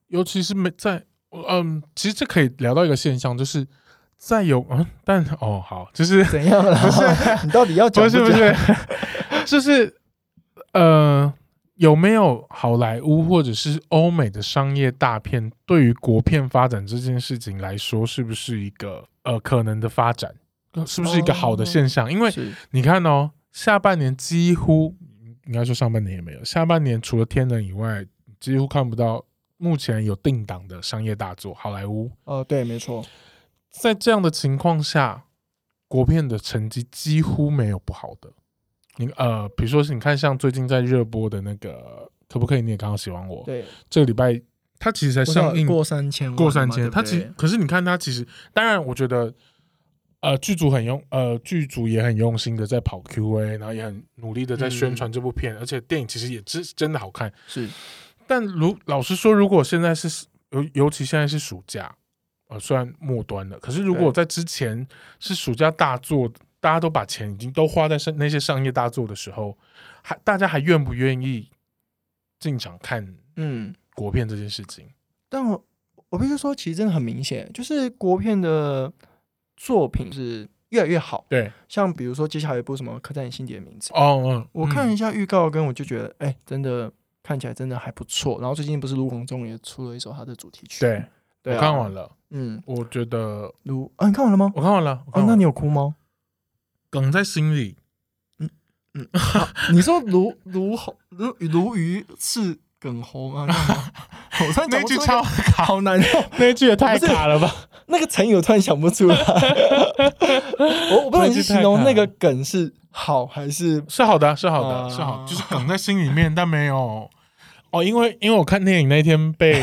Speaker 2: 尤其是没在，嗯，其实这可以聊到一个现象，就是在有， 嗯，但哦，好，就是
Speaker 1: 怎样了？不是， 你到底要讲
Speaker 2: 不是不
Speaker 1: 讲？
Speaker 2: 是， 就是呃，有没有好莱坞或者是欧美的商业大片对于国片发展这件事情来说，是不是一个呃可能的发展？是不是一个好的现象？因为
Speaker 1: 是
Speaker 2: 你看哦，下半年几乎应该说上半年也没有，下半年除了天人以外，几乎看不到目前有定档的商业大作。好莱坞
Speaker 1: 哦、对，没错，
Speaker 2: 在这样的情况下，国片的成绩几乎没有不好的。你呃，比如说是你看像最近在热播的那个《可不可以你也刚好喜欢我》，
Speaker 1: 对，
Speaker 2: 这个礼拜它其实才
Speaker 1: 不知道
Speaker 2: 上映
Speaker 1: 过三千万嘛，
Speaker 2: 过三千，
Speaker 1: 嗯对不
Speaker 2: 他其
Speaker 1: 对
Speaker 2: 可是你看他其实，当然我觉得，呃，剧组很用，呃，剧组也很用心的在跑 Q&A，然后也很努力的在宣传这部片，
Speaker 1: 嗯
Speaker 2: 而且电影其实也真真的好看。
Speaker 1: 是
Speaker 2: 但如老实说，如果现在是尤尤其现在是暑假，呃，虽然末端了，可是如果
Speaker 1: 对
Speaker 2: 在之前是暑假大作，大家都把钱已经都花在上那些商业大作的时候，还大家还愿不愿意进场看
Speaker 1: 嗯，
Speaker 2: 国片这件事情？
Speaker 1: 但我我必须说，其实真的很明显，就是国片的作品是越来越好，
Speaker 2: 对，
Speaker 1: 像比如说接下来有一部什么《刻在你心底的名字》，
Speaker 2: 哦，嗯
Speaker 1: 我
Speaker 2: 嗯
Speaker 1: 看一下预告，跟我就觉得，哎、真的看起来真的还不错。然后最近不是卢广仲也出了一首他的主题曲，
Speaker 2: 对。
Speaker 1: 对、啊
Speaker 2: 我看完
Speaker 1: 了，
Speaker 2: 了，
Speaker 1: 嗯，
Speaker 2: 我觉得
Speaker 1: 卢啊，你看完了吗？
Speaker 2: 我看完了。我
Speaker 1: 哦，
Speaker 2: 看完了
Speaker 1: 那你有哭吗？
Speaker 2: 梗在心里，
Speaker 1: 你说卢卢侯卢卢鱼是耿侯吗？我突然讲
Speaker 2: 那
Speaker 1: 不
Speaker 2: 句
Speaker 1: 出
Speaker 2: 超
Speaker 1: 个好难哦，
Speaker 2: 那句也太
Speaker 1: 不是
Speaker 2: 卡了吧？
Speaker 1: 那个成语我突然想不 出来。我我不知道你是形容那个梗是好还是
Speaker 2: 是好的，是好的，
Speaker 1: 啊
Speaker 2: 是好，就是梗在心里面，但没有哦，因为因为我看电影那天被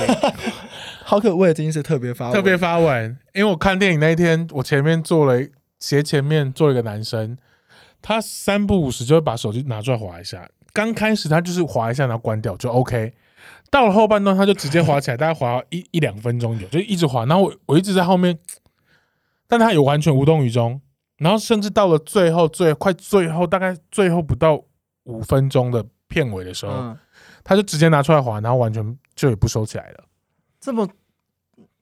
Speaker 1: 好可为了这件事特别发文
Speaker 2: 特别发文，因为我看电影那天，我前面坐了一斜前面坐了一个男生，他三不五时就会把手机拿出来划一下，刚开始他就是划一下然后关掉就 OK。到了后半段，他就直接滑起来，大概滑一一两分钟有，就一直滑。然后我我一直在后面，但他也完全无动于衷。然后甚至到了最后最快最后大概最后不到五分钟的片尾的时候，
Speaker 1: 嗯，
Speaker 2: 他就直接拿出来滑，然后完全就也不收起来了。
Speaker 1: 这么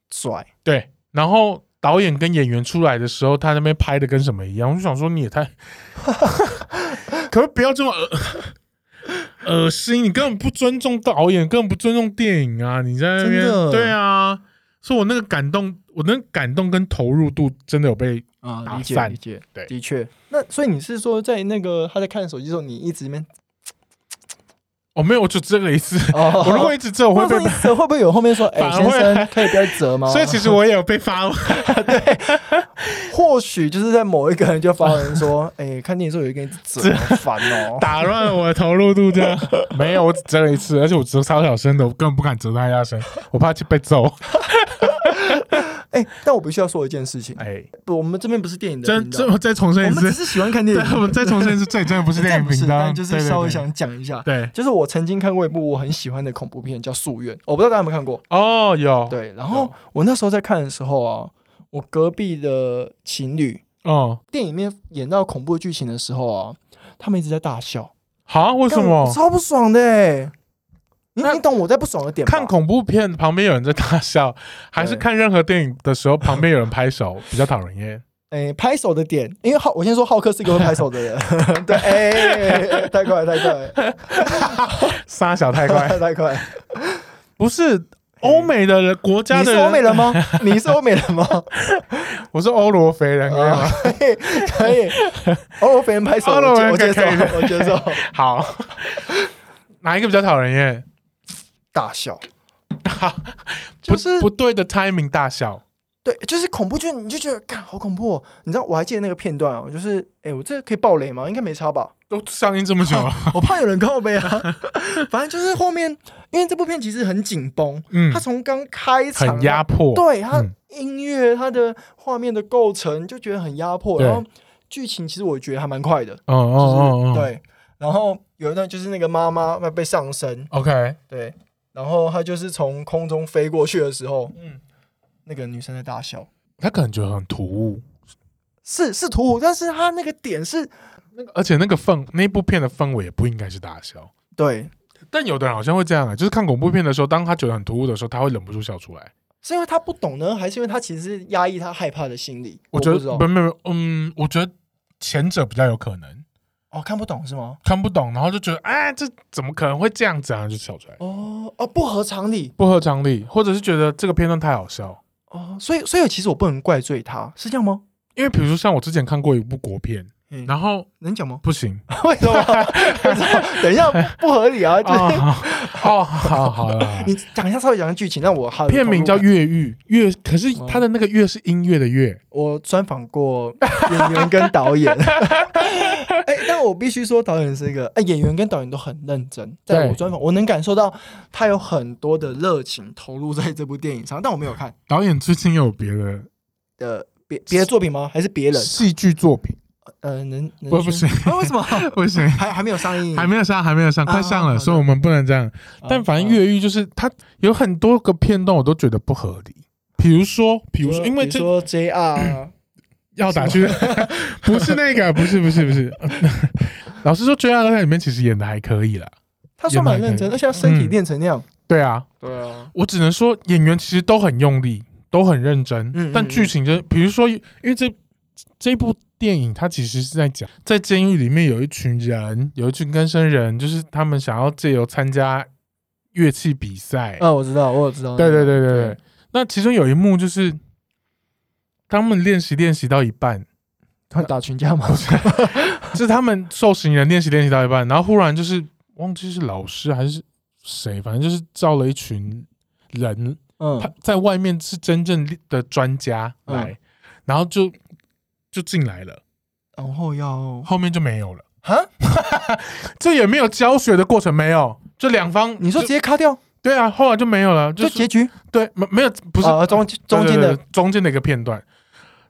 Speaker 1: 拽，
Speaker 2: 对，然后导演跟演员出来的时候，他那边拍的跟什么一样，我就想说你 也太，可不可以不要这么恶恶心？你根本不尊重导演，根本不尊重电影啊！你在那边
Speaker 1: 真的
Speaker 2: 对啊，所以我那个感动，我那个感动跟投入度真的有被
Speaker 1: 啊、
Speaker 2: 打
Speaker 1: 理解
Speaker 2: 散
Speaker 1: 理解，
Speaker 2: 对
Speaker 1: 的确。那所以你是说，在那个他在看手机的时候，你一直面
Speaker 2: 哦，没有，我就这个一次。
Speaker 1: 哦，
Speaker 2: 我如果一直这，我
Speaker 1: 我
Speaker 2: 会
Speaker 1: 说
Speaker 2: 被
Speaker 1: 你。折会不会有后面说，哎、
Speaker 2: 反而
Speaker 1: 先
Speaker 2: 会
Speaker 1: 生可以不要折吗？
Speaker 2: 所以其实我也有被发问，
Speaker 1: 或许就是在某一个人就发文 说，哎、看电影的时候有一个人一直折，好烦哦。
Speaker 2: 打乱了我的投入度，这 样没有，我只折了一次，而且我折超小声的，我根本不敢折太大声，我怕去被揍。
Speaker 1: 哎、但我必须要说一件事情，
Speaker 2: 哎，
Speaker 1: 不，我们这边不是电影的
Speaker 2: 真
Speaker 1: 频道
Speaker 2: 这我再重申
Speaker 1: 我
Speaker 2: 一
Speaker 1: 们只
Speaker 2: 次，
Speaker 1: 是喜欢看电
Speaker 2: 对
Speaker 1: 影，，
Speaker 2: 我们再重申一 次，这里真的不是电
Speaker 1: 但
Speaker 2: 影
Speaker 1: 不是
Speaker 2: 频道，
Speaker 1: 但就
Speaker 2: 对
Speaker 1: 是
Speaker 2: 对
Speaker 1: 稍微
Speaker 2: 对
Speaker 1: 想讲一下，
Speaker 2: 对
Speaker 1: 就是我曾经看过一部我很喜欢的恐怖片，叫《夙愿》，我不知道大家有没有看过。
Speaker 2: 哦，有
Speaker 1: 对，然后我那时候在看的时候啊，我隔壁的情侣
Speaker 2: 哦，
Speaker 1: 电影里面演到恐怖剧情的时候啊，他们一直在大笑，
Speaker 2: 好，为什
Speaker 1: 干
Speaker 2: 么
Speaker 1: 我超不爽的、欸？你
Speaker 2: 那
Speaker 1: 你懂我在不爽的点吧
Speaker 2: 看恐怖片旁边有人在大笑，还是
Speaker 1: 对
Speaker 2: 看任何电影的时候旁边有人拍手 比较讨人厌？
Speaker 1: 哎、拍手的点，因为浩，我先说浩克是一个会拍手的人， 对，哎、太快太快
Speaker 2: 撒小 太快，
Speaker 1: 太快，
Speaker 2: 不是欧美的人国
Speaker 1: 嗯
Speaker 2: 家
Speaker 1: 你
Speaker 2: 的
Speaker 1: 是欧美
Speaker 2: 人，
Speaker 1: 人 吗？你是欧美人吗？
Speaker 2: 我是欧罗非人，可以吗
Speaker 1: 啊，可以可以，欧罗别人拍手，
Speaker 2: 欧罗
Speaker 1: 我
Speaker 2: 别
Speaker 1: 接
Speaker 2: 人
Speaker 1: 受
Speaker 2: 可以可，
Speaker 1: 我接受，
Speaker 2: 好， 哪一个比较讨人厌？
Speaker 1: 大 笑，就
Speaker 2: 不
Speaker 1: 是
Speaker 2: 不对的 timing 大笑，
Speaker 1: 对，就是恐怖剧，你就觉得干好恐怖、哦。你知道我还记得那个片段哦，就是哎、我这可以爆雷吗？应该没差 吧？
Speaker 2: 都上映这么久，
Speaker 1: 我怕有人告呗啊。 反正就是后面，因为这部片其实很紧绷，
Speaker 2: 嗯
Speaker 1: 它，从刚开场
Speaker 2: 很压
Speaker 1: 到，
Speaker 2: 迫，
Speaker 1: 对它
Speaker 2: 嗯
Speaker 1: 音乐、它的画面的构成就觉得很压迫，
Speaker 2: 对
Speaker 1: 然后剧情其实我觉得还蛮快的，就是、
Speaker 2: 哦哦哦，哦
Speaker 1: 对。然后有一段就是那个妈妈被上身，
Speaker 2: ，OK，
Speaker 1: 对，然后她就是从空中飞过去的时候，
Speaker 2: 嗯，
Speaker 1: 那个女生在大笑。
Speaker 2: 他可能觉得很突兀，
Speaker 1: 是是土虎，但是他那个点是
Speaker 2: 那个而且那个氛那部片的氛围也不应该是大笑。
Speaker 1: 对，
Speaker 2: 但有的人好像会这样啊，就是看恐怖片的时候，当他觉得很突兀的时候，他会忍不住笑出来。
Speaker 1: 是因为他不懂呢，还是因为他其实是压抑他害怕的心理？我
Speaker 2: 觉得
Speaker 1: 不知道
Speaker 2: 不，没有没有，嗯，我觉得前者比较有可能
Speaker 1: 哦，看不懂是吗？
Speaker 2: 看不懂，然后就觉得哎，这怎么可能会这样子啊，就笑出来，
Speaker 1: 哦哦，不合常理
Speaker 2: 不合常理，或者是觉得这个片段太好笑。
Speaker 1: 哦，所以所以其实我不能怪罪他，是这样吗？
Speaker 2: 因为比如说像我之前看过一部国片，
Speaker 1: 嗯
Speaker 2: 然后？
Speaker 1: 能讲吗
Speaker 2: 不行
Speaker 1: 为什么？为什么？等一下，不合理啊！就是、。
Speaker 2: 啊，好哦，好好了
Speaker 1: 你讲一下稍微讲一下剧情，让我好有
Speaker 2: 片名叫
Speaker 1: 投
Speaker 2: 《
Speaker 1: 入感
Speaker 2: 越狱》，越可是
Speaker 1: 嗯
Speaker 2: 他的那个“越”是音乐的“乐
Speaker 1: 我专访过 演员跟导 演。哎、但我必须说，导演是一个哎、演员跟导演都很认真。在
Speaker 2: 对
Speaker 1: 我专访，我能感受到他有很多的热情投入在这部电影上，但我没有看”。
Speaker 2: 导演最近有别的
Speaker 1: 的别别的作品吗？还是别人？
Speaker 2: 戏剧作品，
Speaker 1: 呃，能能
Speaker 2: 不不
Speaker 1: 说
Speaker 2: 行
Speaker 1: 啊为什么
Speaker 2: 不行，
Speaker 1: 还还没有上映？
Speaker 2: 还没有上，还没有上，
Speaker 1: 啊
Speaker 2: 快上
Speaker 1: 好
Speaker 2: 了，
Speaker 1: 的
Speaker 2: 所以我们不能这样。
Speaker 1: 啊，
Speaker 2: 但反正
Speaker 1: 啊
Speaker 2: 越狱就是它有很多个片段，我都觉得不合理。比如说，
Speaker 1: 比
Speaker 2: 比如说，因为
Speaker 1: 比
Speaker 2: 这
Speaker 1: 如说 JR 啊
Speaker 2: 要打去， 不是那个，不是，不是，不是。 老实说，《追爱在里面其实演的还可以啦。
Speaker 1: 他说蛮认真，而且他身体练成那样。
Speaker 2: 对啊，
Speaker 1: 对啊，
Speaker 2: 我只能说演员其实都很用力，都很认真。
Speaker 1: 嗯
Speaker 2: 但
Speaker 1: 嗯
Speaker 2: 剧情真，比如说，因为这这部电影它其实是在讲，在监狱里面有一群人，有一群更生人，就是他们想要借由参加乐器比赛，
Speaker 1: 啊，我知道，我有知道。
Speaker 2: 对对对对对
Speaker 1: 对。
Speaker 2: 那其中有一幕就是，他们练习练习到一半，
Speaker 1: 他打群架吗？
Speaker 2: 就是他们受刑人练习练习到一半，然后忽然就是忘记是老师还是谁，反正就是叫了一群人，
Speaker 1: 嗯
Speaker 2: 他在外面是真正的专家来，然后就就进来了，
Speaker 1: 然后要
Speaker 2: 后面就没有了。
Speaker 1: 哈，
Speaker 2: 这也没有教学的过程，没有，就两方
Speaker 1: 你说直
Speaker 2: 就
Speaker 1: 接卡掉
Speaker 2: 对啊，后来就没有了，
Speaker 1: 就是结局，
Speaker 2: 对，没没有不是、
Speaker 1: 啊中中间
Speaker 2: 对对
Speaker 1: 的
Speaker 2: 对中间的一个片段，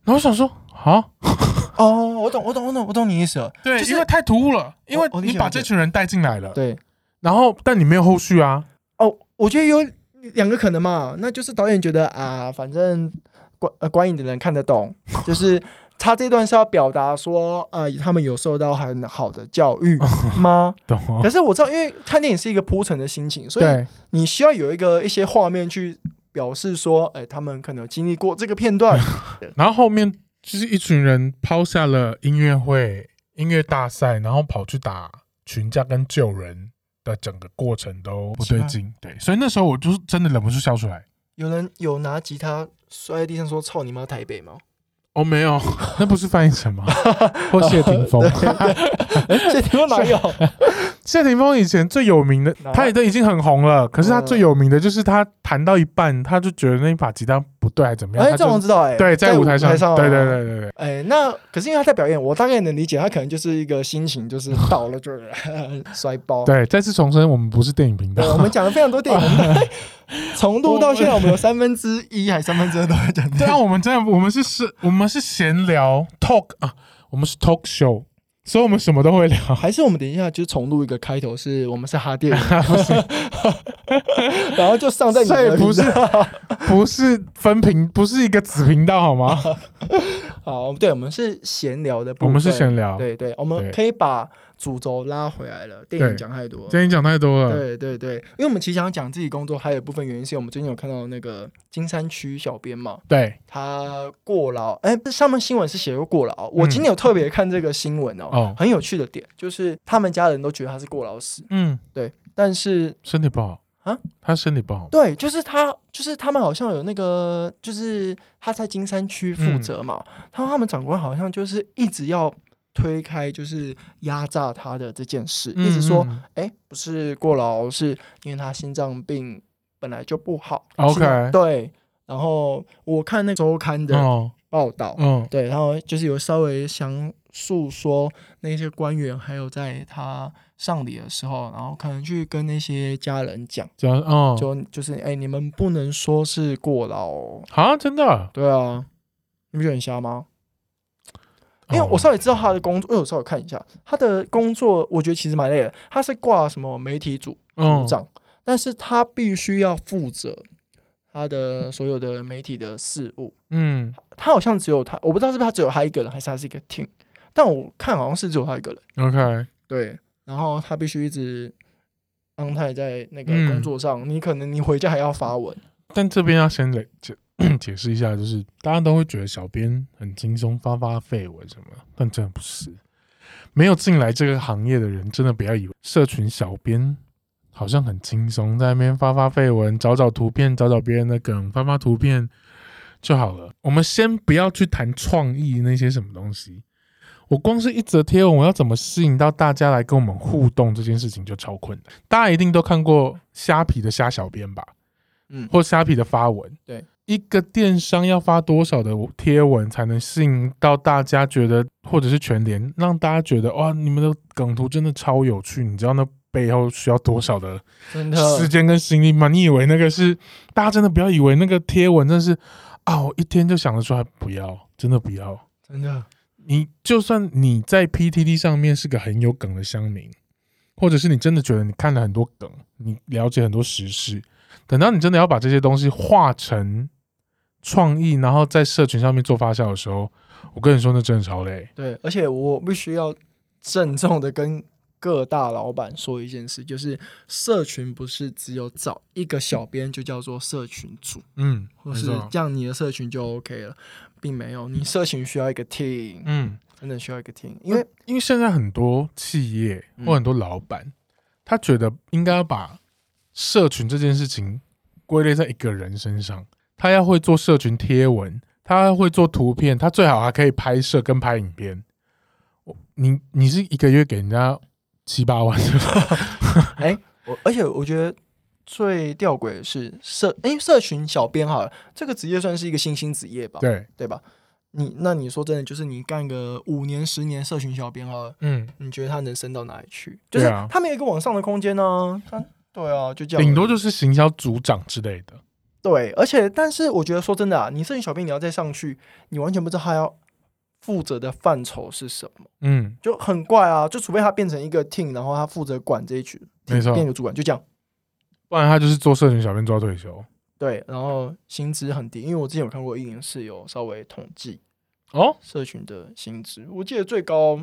Speaker 2: 然后我想说啊。
Speaker 1: 哦，我懂，我懂，我懂，我懂你意思了。
Speaker 2: 对，
Speaker 1: 就是
Speaker 2: 因为太突兀了，因为
Speaker 1: 我理解
Speaker 2: 哦你把
Speaker 1: 我理解
Speaker 2: 这群人带进来了，
Speaker 1: 对
Speaker 2: 然后但你没有后续啊，
Speaker 1: 哦，我觉得有两个可能嘛，那就是导演觉得啊，反正观呃观影的人看得懂， 就是他这段是要表达说，呃，他们有受到很好的教 育吗？
Speaker 2: 懂吗
Speaker 1: 可？是我知道，因为看电影是一个铺陈的心情，所以
Speaker 2: 哦对，
Speaker 1: 你需要有一个一些画面去表示说，哎、他们可能有经历过这个片 段，
Speaker 2: 然后后面就是一群人抛下了音乐会、音乐大赛，然后跑去打群架跟救人的整个过程都不对劲，对，所以那时候我就是真的忍不住笑出来。
Speaker 1: 有人有拿吉他摔在地上说“操你妈台北”吗？
Speaker 2: 哦，没 有， 那不是翻译成吗？或谢霆锋，
Speaker 1: 这地方哪有？
Speaker 2: 谢霆锋以前最有名的
Speaker 1: 哪，
Speaker 2: 他也都已经很红了，可是他最有名的就是他弹到一半，他就觉得那把吉他不对，还怎么样？
Speaker 1: 哎、
Speaker 2: 他
Speaker 1: 这我
Speaker 2: 就
Speaker 1: 知道、哎，
Speaker 2: 对，在
Speaker 1: 舞
Speaker 2: 舞台上，
Speaker 1: 上，
Speaker 2: 对对。对对对，
Speaker 1: 哎、那可是因为他在表演，我大概能理解，他可能就是一个心情，就是到了就是 摔包。
Speaker 2: 对，再次重申，我们不是电影频
Speaker 1: 对，
Speaker 2: 道
Speaker 1: 我。们讲了非常多电影，我们大 概从录到现在，我们有三分之一还是三分之二都在讲电
Speaker 2: 对
Speaker 1: 影。
Speaker 2: 啊，我们真的，我们是是，我们是闲聊 talk 啊，我们是 talk show，所以我们什么都会聊。
Speaker 1: 还是我们等一下就重录一个开头，是我们是哈 电影，然后就上在你
Speaker 2: 所
Speaker 1: 的
Speaker 2: 以不是
Speaker 1: 频道
Speaker 2: 不是分频，不是一个子频道好 吗？
Speaker 1: 好，对，我们是闲聊的部
Speaker 2: 我
Speaker 1: 分，
Speaker 2: 们是闲聊。
Speaker 1: 对对，我们
Speaker 2: 对
Speaker 1: 可以把主轴拉回来了。电
Speaker 2: 对
Speaker 1: 影讲太多，
Speaker 2: 今天讲太多了，
Speaker 1: 对对对，因为我们其实想讲自己工作，还有一部分原因是我们最近有看到那个金山区小编嘛，
Speaker 2: 对
Speaker 1: 他过劳，哎，上面新闻是写过过劳，我
Speaker 2: 嗯
Speaker 1: 今天有特别看这个新闻哦，
Speaker 2: 哦，
Speaker 1: 很有趣的点就是他们家人都觉得他是过劳死，
Speaker 2: 嗯，
Speaker 1: 但是
Speaker 2: 身体不好
Speaker 1: 啊，
Speaker 2: 他身体不好，
Speaker 1: 对，就是他，就是他们好像有那个，就是他在金山区负责嘛，
Speaker 2: 嗯
Speaker 1: 他他们长官好像就是一直要推开，就是压榨他的这件事，一直说，
Speaker 2: 嗯
Speaker 1: 哎、不是过劳，是因为他心脏病本来就不好。
Speaker 2: 哦 OK
Speaker 1: 心脏对。然后我看那周刊
Speaker 2: 嗯
Speaker 1: 的
Speaker 2: 哦，
Speaker 1: 报道，
Speaker 2: 嗯
Speaker 1: 对，然后就是有稍微详述说那些官员，还有在他上礼的时候，然后可能去跟那些家人讲。
Speaker 2: 讲哦，
Speaker 1: 就就是哎、你们不能说是过劳哦、
Speaker 2: 啊，真的啊，
Speaker 1: 对啊，你不觉得很瞎吗？因为
Speaker 2: 哦
Speaker 1: 我稍微知道他的工作，因为我稍微看一下他的工作，我觉得其实蛮累的。他是挂什么媒体组组
Speaker 2: 嗯
Speaker 1: 长，但是他必须要负责他的所有的媒体的事务。
Speaker 2: 嗯
Speaker 1: 他好像只有他，我不知道是不是他只有他一个人，还是他是一个 team，但我看好像是只有他一个人。
Speaker 2: 嗯，OK，
Speaker 1: 对，然后他必须一直安泰在那个
Speaker 2: 嗯
Speaker 1: 工作上，你可能你回家还要发文。
Speaker 2: 但这边要先解解 解释一下，就是大家都会觉得小编很轻松发发绯闻什么，但真的不是。没有进来这个行业的人，真的不要以为社群小编好像很轻松，在那边发发绯闻，找找图片，找找别人的梗，发发图片就好了。我们先不要去谈创意那些什么东西。我光是一则贴文，我要怎么吸引到大家来跟我们互动这件事情就超困难。大家一定都看过虾皮的虾小编吧？
Speaker 1: 嗯，
Speaker 2: 或虾皮的发文。
Speaker 1: 对，
Speaker 2: 一个电商要发多少的贴文才能吸引到大家觉得，或者是全联让大家觉得哇，你们的梗图真的超有趣，你知道那背后需要多少的
Speaker 1: 真
Speaker 2: 时间跟心力吗？你以为那个是大家真的不要以为那个贴文真的是啊，我一天就想得出来，不要，真的不要。
Speaker 1: 真的，
Speaker 2: 你就算你在 PTT 上面是个很有梗的乡民，或者是你真的觉得你看了很多梗，你了解很多时事，等到你真的要把这些东西化成创意，然后在社群上面做发酵的时候，我跟你说，那真的超累。
Speaker 1: 对，而且我必须要郑重的跟各大老板说一件事，就是社群不是只有找一个小编就叫做社群主，
Speaker 2: 嗯，
Speaker 1: 或是这样你的社群就 OK 了，并没有，你社群需要一个 team，
Speaker 2: 嗯，
Speaker 1: 真的需要一个 team，因为
Speaker 2: 因为现在很多企业或很多老板，他觉得应该要把社群这件事情归类在一个人身上，他要会做社群贴文，他要会做图片，他最好还可以拍摄跟拍影片。我你你是一个月给人家七八万是吧？嗯
Speaker 1: 我而且我觉得。最吊诡的是社哎、社群小编好了，这个职业算是一个新兴职业吧，
Speaker 2: 对，
Speaker 1: 对吧？你那你说真的，就是你干个五年十年社群小编好了，
Speaker 2: 嗯，
Speaker 1: 你觉得他能升到哪里去？就
Speaker 2: 对
Speaker 1: 是
Speaker 2: 啊
Speaker 1: 他没有一个往上的空间呢、他对啊，就这样。
Speaker 2: 顶多就是行销组长之类的。
Speaker 1: 对，而且但是我觉得说真的啊，你摄影小编你要再上去，你完全不知道他要负责的范畴是什么，
Speaker 2: 嗯，
Speaker 1: 就很怪啊。就除非他变成一个 team，然后他负责管这一群，
Speaker 2: 没错
Speaker 1: 变一个主管，就这样。
Speaker 2: 不然他就是做社群小编做到退休。
Speaker 1: 对，然后薪资很低，因为我之前有看过艺人是有稍微统计
Speaker 2: 哦，
Speaker 1: 社群的薪资，我记得最高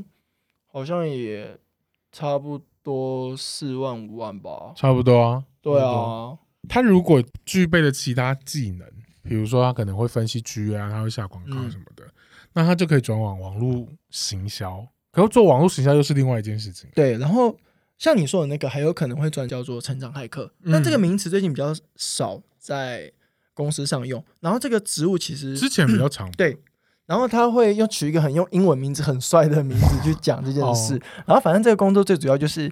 Speaker 1: 好像也差不多四万五万吧。
Speaker 2: 差不多啊。
Speaker 1: 对
Speaker 2: 差不多
Speaker 1: 啊，
Speaker 2: 他如果具备了其他技能，比如说他可能会分析区域啊，他会下广告
Speaker 1: 嗯
Speaker 2: 什么的，那他就可以转往网络行销。可是做网络行销又是另外一件事情。
Speaker 1: 对，然后像你说的那个，还有可能会转叫做成长骇客，但这个
Speaker 2: 嗯
Speaker 1: 名词最近比较少在公司上用。然后这个职务其
Speaker 2: 之
Speaker 1: 实，
Speaker 2: 前比较常
Speaker 1: 嗯对然后他会用取一
Speaker 2: 哦
Speaker 1: 个很用英文名字很帅的名字去讲这件事。然后反正这个工作最主要就是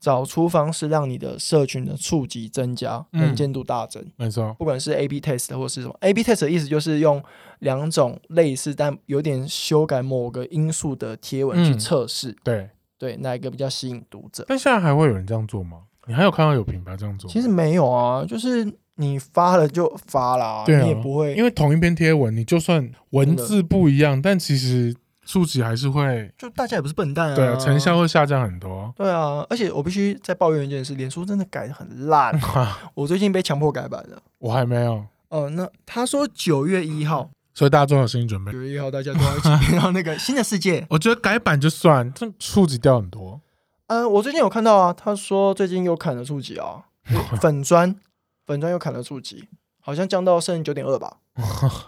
Speaker 1: 找出方式让你的社群的触及增加，
Speaker 2: 嗯
Speaker 1: 能见度大增。
Speaker 2: 没错，
Speaker 1: 不管是 A/B test 或是什么，A/B test 的意思就是用两种类似但有点修改某个因素的贴文去
Speaker 2: 嗯
Speaker 1: 测试，
Speaker 2: 对。
Speaker 1: 对哪一个比较吸引读者。
Speaker 2: 但现在还会有人这样做吗？你还有看到有品牌这样做吗？
Speaker 1: 其实没有啊，就是你发了就发啦，
Speaker 2: 对啊
Speaker 1: 你也不会
Speaker 2: 因为同一篇贴文，你就算文字不一样，但其实触及还是会，
Speaker 1: 就大家也不是笨蛋啊，
Speaker 2: 对啊，成效会下降很多。
Speaker 1: 对啊，而且我必须再抱怨一件事，脸书真的改的很烂。我最近被强迫改版了。
Speaker 2: 我还没有，
Speaker 1: 哦、那他说九月一号，
Speaker 2: 所以大家做好心理准备
Speaker 1: 九。月一号大家都要一 起变到那个新的世界。
Speaker 2: 我觉得改版就算，这触及掉很多。
Speaker 1: 呃，我最近有看到啊，他说最近又砍了触及 啊，粉砖粉砖又砍了触及，好像降到剩九点二 吧，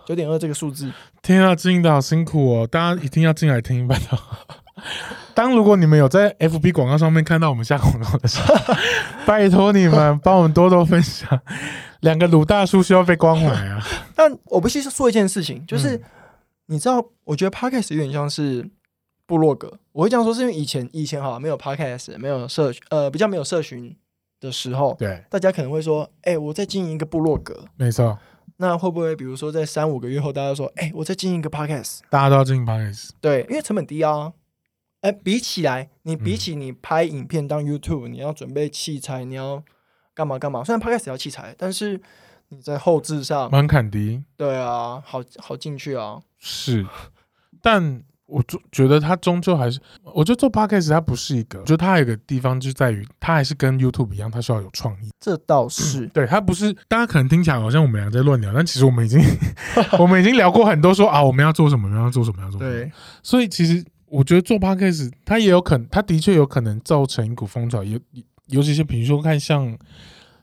Speaker 1: 九点二这个数字。
Speaker 2: 天啊，经营的好辛苦哦，大家一定要进来听拜托。 当如果你们有在 FB 广告上面看到我们下广告的时候， 拜托你们帮我们多多分享。两个鲁大叔需要被关怀啊！
Speaker 1: 但我必须说一件事情，就是、
Speaker 2: 嗯
Speaker 1: 你知道，我觉得 podcast 有点像是部落格。我会这样说，是因为以前以前哈没有 podcast，没有社群呃比较没有社群的时候，
Speaker 2: 对，
Speaker 1: 大家可能会说，哎、我在经营一个部落格。
Speaker 2: 没错，
Speaker 1: 那会不会比如说在三五个月后，大家说，哎、我在经营一个 podcast？
Speaker 2: 大家都要进 p o d c a s
Speaker 1: 对，因为成本低啊。哎、比起来，你比
Speaker 2: 嗯
Speaker 1: 起你拍影片当 YouTube，、你要准备器材，你要干嘛干嘛。虽然 podcast 也要器材，但是你在后置上，
Speaker 2: 门槛低
Speaker 1: 对啊，好好进去啊。
Speaker 2: 是，但我就觉得它终究还是，我觉得做 podcast 它不是一个，我觉得它有一个地方就在于，它还是跟 YouTube 一样，它需要有创意。
Speaker 1: 这倒是，
Speaker 2: 对，它不是大家可能听起来好像我们俩在乱聊，但其实我们 已经我们已经聊过很多说啊，我们要做什么，我们要做什么，要做什么。，
Speaker 1: 对，
Speaker 2: 所以其实我觉得做 podcast 它也有可能，它的确有可能造成一股风潮，尤尤其是比如说看像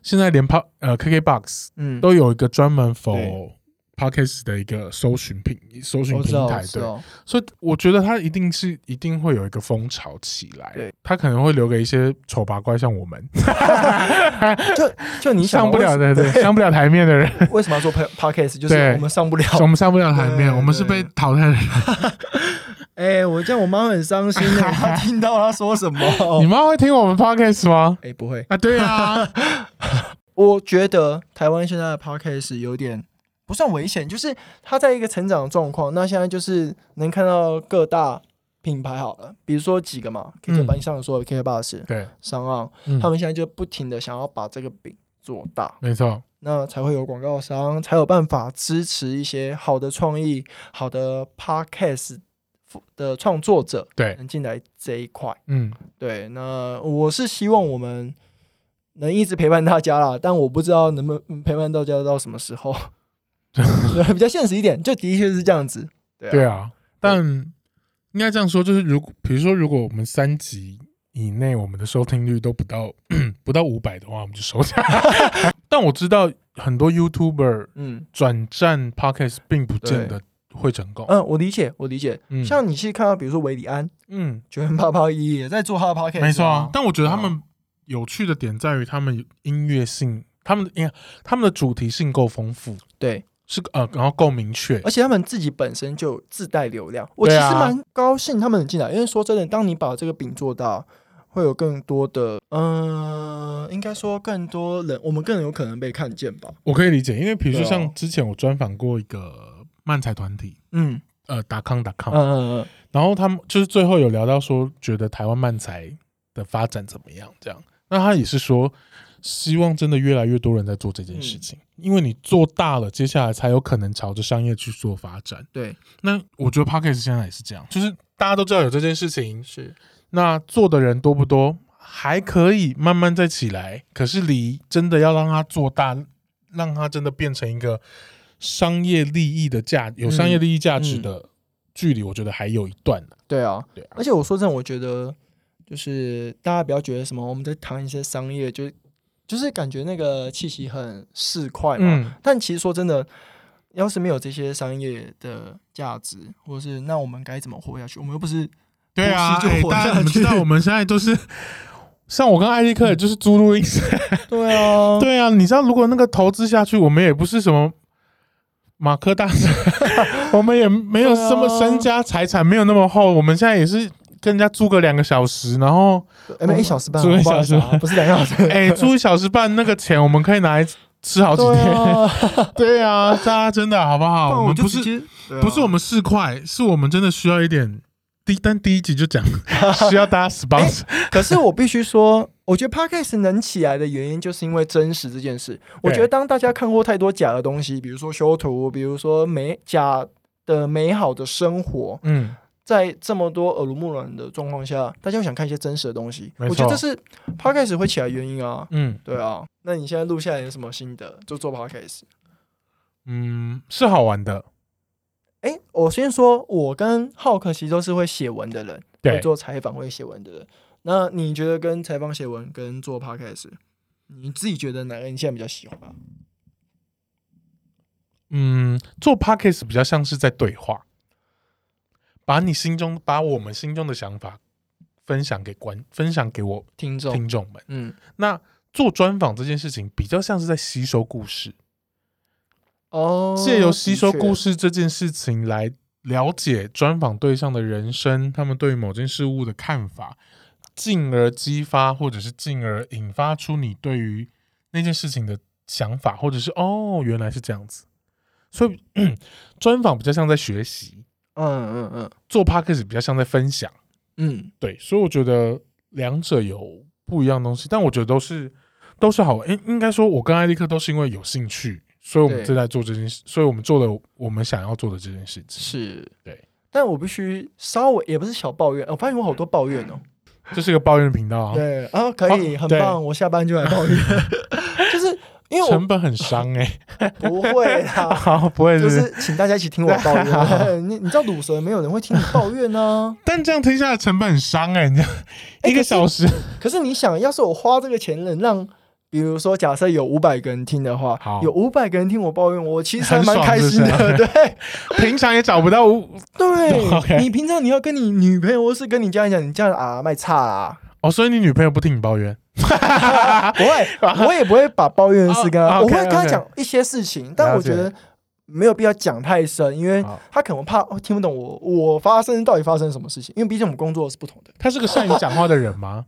Speaker 2: 现在连 p 呃 KKBox
Speaker 1: 嗯，
Speaker 2: 都有一个专门
Speaker 1: 对
Speaker 2: for podcast 的一个搜寻平搜寻
Speaker 1: 我知
Speaker 2: 平
Speaker 1: 道，
Speaker 2: 台
Speaker 1: 我，知
Speaker 2: 对，
Speaker 1: 道
Speaker 2: 所以我觉得它一定是一定会有一个风潮起来
Speaker 1: 对，
Speaker 2: 它可能会留给一些丑八怪像我们
Speaker 1: 就你想
Speaker 2: 上
Speaker 1: 嘛
Speaker 2: 不了的，
Speaker 1: 为
Speaker 2: 对，上不了台面的人，
Speaker 1: 为什么要做 p o d c a s t 就是
Speaker 2: 对
Speaker 1: 我们上不了。
Speaker 2: 我们上不了台
Speaker 1: 对
Speaker 2: 面，我们是
Speaker 1: 对
Speaker 2: 被淘汰的人。
Speaker 1: 哎，我这样我妈很伤心 的，她听到她说什
Speaker 2: 你
Speaker 1: 么？
Speaker 2: 妈会听我们 podcast 吗？
Speaker 1: 哎，不会，
Speaker 2: 哦啊，对啊，
Speaker 1: 我觉得台湾现在的 p o d c a s t 有点不算危险，就是它在一个成长的状况。那现在就是能看到各大品牌好了，比如说几个嘛，KK
Speaker 2: 嗯
Speaker 1: 班上说 KK Bus、
Speaker 2: 对，
Speaker 1: 商岸，
Speaker 2: 嗯
Speaker 1: 他们现在就不停的想要把这个饼做大。
Speaker 2: 没错，
Speaker 1: 那才会有广告商，才有办法支持一些好的创意、好的 podcast 的创作者
Speaker 2: 对，
Speaker 1: 能进来这一块。
Speaker 2: 嗯，
Speaker 1: 对，那我是希望我们能一直陪伴大家啦，但我不知道能不能陪伴大家到什么时 候，对比较现实一点，就的确是这样子。对啊，
Speaker 2: 对啊，但应该这样说，就是如果比如说，如果我们三集以内我们的收听率都不到 不到五百的话，我们就收 掉。但我知道很多 YouTuber
Speaker 1: 嗯
Speaker 2: 转战 Podcast 并不见得会成功。
Speaker 1: 嗯，我理解，我理解。
Speaker 2: 嗯
Speaker 1: 像你去看到，比如说维里安
Speaker 2: 嗯，
Speaker 1: 九零八八一也在做他的 podcast，
Speaker 2: 没错啊。
Speaker 1: 啊
Speaker 2: 但我觉得他们有趣的点在于他们音乐性，他们的音他们的主题性够丰富，
Speaker 1: 对，
Speaker 2: 是呃，然后够明确。
Speaker 1: 而且他们自己本身就有自带流量，我其
Speaker 2: 对
Speaker 1: 实
Speaker 2: 啊
Speaker 1: 蛮高兴他们能进来，因为说真的，当你把这个饼做大，会有更多的，嗯、应该说更多人，我们更有可能被看见吧。
Speaker 2: 我可以理解，因为比如说
Speaker 1: 对啊
Speaker 2: 像之前我专访过一个漫才团体，
Speaker 1: 嗯
Speaker 2: 呃，达康达康
Speaker 1: 嗯，嗯
Speaker 2: 然后他们就是最后有聊到说，觉得台湾漫才的发展怎么样？这样，那他也是说，希望真的越来越多人在做这件
Speaker 1: 嗯
Speaker 2: 事情，因为你做大了，接下来才有可能朝着商业去做发展。
Speaker 1: 对，
Speaker 2: 那我觉得 p o c k e t 现在也是这样，就是大家都知道有这件事情，
Speaker 1: 是
Speaker 2: 那做的人多不多？还可以慢慢再起来，可是离真的要让它做大，让它真的变成一个商业利益的价，
Speaker 1: 嗯
Speaker 2: 有商业利益价值的距离，我觉得还有一段呢、
Speaker 1: 对啊。
Speaker 2: 对啊
Speaker 1: 而且我说真的，我觉得就是大家不要觉得什么我们在谈一些商业，就就是感觉那个气息很市侩嘛，
Speaker 2: 嗯，
Speaker 1: 但其实说真的，要是没有这些商业的价值，或者是那我们该怎么活下去？我们又不是
Speaker 2: 对啊，
Speaker 1: 呼吸
Speaker 2: 哎
Speaker 1: 就活
Speaker 2: 大家
Speaker 1: 下
Speaker 2: 你们
Speaker 1: 去嗯
Speaker 2: 知道我们现在都是，像我跟艾利克也就是租录音室。
Speaker 1: 对啊，
Speaker 2: 对啊，你知道如果那个投资下去，我们也不是什么马 科大神，我们也没有什么
Speaker 1: 对啊
Speaker 2: 身家财产没有那么厚，我们现在也是跟人家租个两个小时，然后
Speaker 1: 哎，没一小时半啊，
Speaker 2: 租一
Speaker 1: 不好意思啊
Speaker 2: 小时半
Speaker 1: 不是两小时。
Speaker 2: 哎、租一小时半那个钱，我们可以拿来吃好几
Speaker 1: 对
Speaker 2: 天。
Speaker 1: 啊，
Speaker 2: 对啊，大家真的好不好？我们不是不是我
Speaker 1: 们
Speaker 2: 们市侩，是我们真的需要一点第，但第一集 就讲需要大家 sponsor，、
Speaker 1: 可是我必须说，我觉得 podcast 能起来的原因，就是因为真实这件事。我觉得当大家看过太多假的东西，比如说修图，比如说美假的美好的生活，
Speaker 2: 嗯，
Speaker 1: 在这么多耳濡目染的状况下，大家会想看一些真实的东西。
Speaker 2: 没
Speaker 1: 我觉得这
Speaker 2: 错
Speaker 1: 是 podcast 会起来的原因啊。
Speaker 2: 嗯
Speaker 1: 对啊，那你现在录下来有什么心得？就做 podcast。
Speaker 2: 嗯，是好玩的，
Speaker 1: 哎、我先说，我跟浩克其实都是会写文的人，会
Speaker 2: 对，
Speaker 1: 做采访会写文的人。那你觉得跟采访写文跟做 podcast，你自己觉得哪个你现在比较喜欢啊？
Speaker 2: 嗯，做 podcast 比较像是在对话，把你心中把我们心中的想法分享给观分享给我
Speaker 1: 听众，
Speaker 2: 听众们。
Speaker 1: 嗯，
Speaker 2: 那做专访这件事情比较像是在吸收故事，
Speaker 1: 哦，
Speaker 2: 借由吸收
Speaker 1: 的
Speaker 2: 故
Speaker 1: 确，
Speaker 2: 事这件事情来了解专访对象的人生，他们对于某件事物的看法，进而激发或者是进而引发出你对于那件事情的想法，或者是哦原来是这样子。所以 专访比较像在学习，
Speaker 1: 嗯嗯嗯
Speaker 2: 做 p a c k a g e 比较像在分享。
Speaker 1: 嗯，
Speaker 2: 对，所以我觉得两者有不一样的东西，但我觉得都是都是好玩。应应该说，我跟艾利克都是因为有兴趣，所以我们
Speaker 1: 对
Speaker 2: 正在做这件事，所以我们做了我们想要做的这件事情。
Speaker 1: 是
Speaker 2: 对。
Speaker 1: 但我必须稍微也不是小抱怨，呃我发现我好多抱怨哦。
Speaker 2: 这是一个抱怨频道啊，
Speaker 1: 对啊，可以，
Speaker 2: 哦
Speaker 1: 很
Speaker 2: 对
Speaker 1: 棒，我下班就来抱怨， 就是因为我
Speaker 2: 成本很伤 哎、
Speaker 1: 不会啦，
Speaker 2: 好，不会
Speaker 1: 就是是请大家一起听我抱 怨。啊你你知道鲁蛇没有人会听你抱怨啊呢、
Speaker 2: 但这样听下来成本很伤哎、你这样
Speaker 1: 哎
Speaker 2: 一个小时，
Speaker 1: 可是你想，要是我花这个钱能让，比如说假设有五百个人听的话
Speaker 2: 好，
Speaker 1: 有五百个人听我抱怨，我其实还
Speaker 2: 很
Speaker 1: 蛮
Speaker 2: 爽
Speaker 1: 开心的。
Speaker 2: 是 不
Speaker 1: 对
Speaker 2: 平常也找不到五
Speaker 1: 对
Speaker 2: OK
Speaker 1: 你平常你要跟你女朋友或是跟你家人讲，你这样啊卖差 啊，
Speaker 2: 哦，所以你女朋友不听你抱怨，
Speaker 1: 不会，我也不会把抱怨的事跟她，
Speaker 2: 哦
Speaker 1: 我会
Speaker 2: OK，
Speaker 1: 跟她
Speaker 2: OK
Speaker 1: 讲一些事情，但我觉
Speaker 2: 了
Speaker 1: 得没有必要讲太深，因为
Speaker 2: 好
Speaker 1: 她可能怕、哦、听不懂我我发生到底发生什么事情，因为毕竟我们工作是不同的。
Speaker 2: 她是个善于讲话的人吗？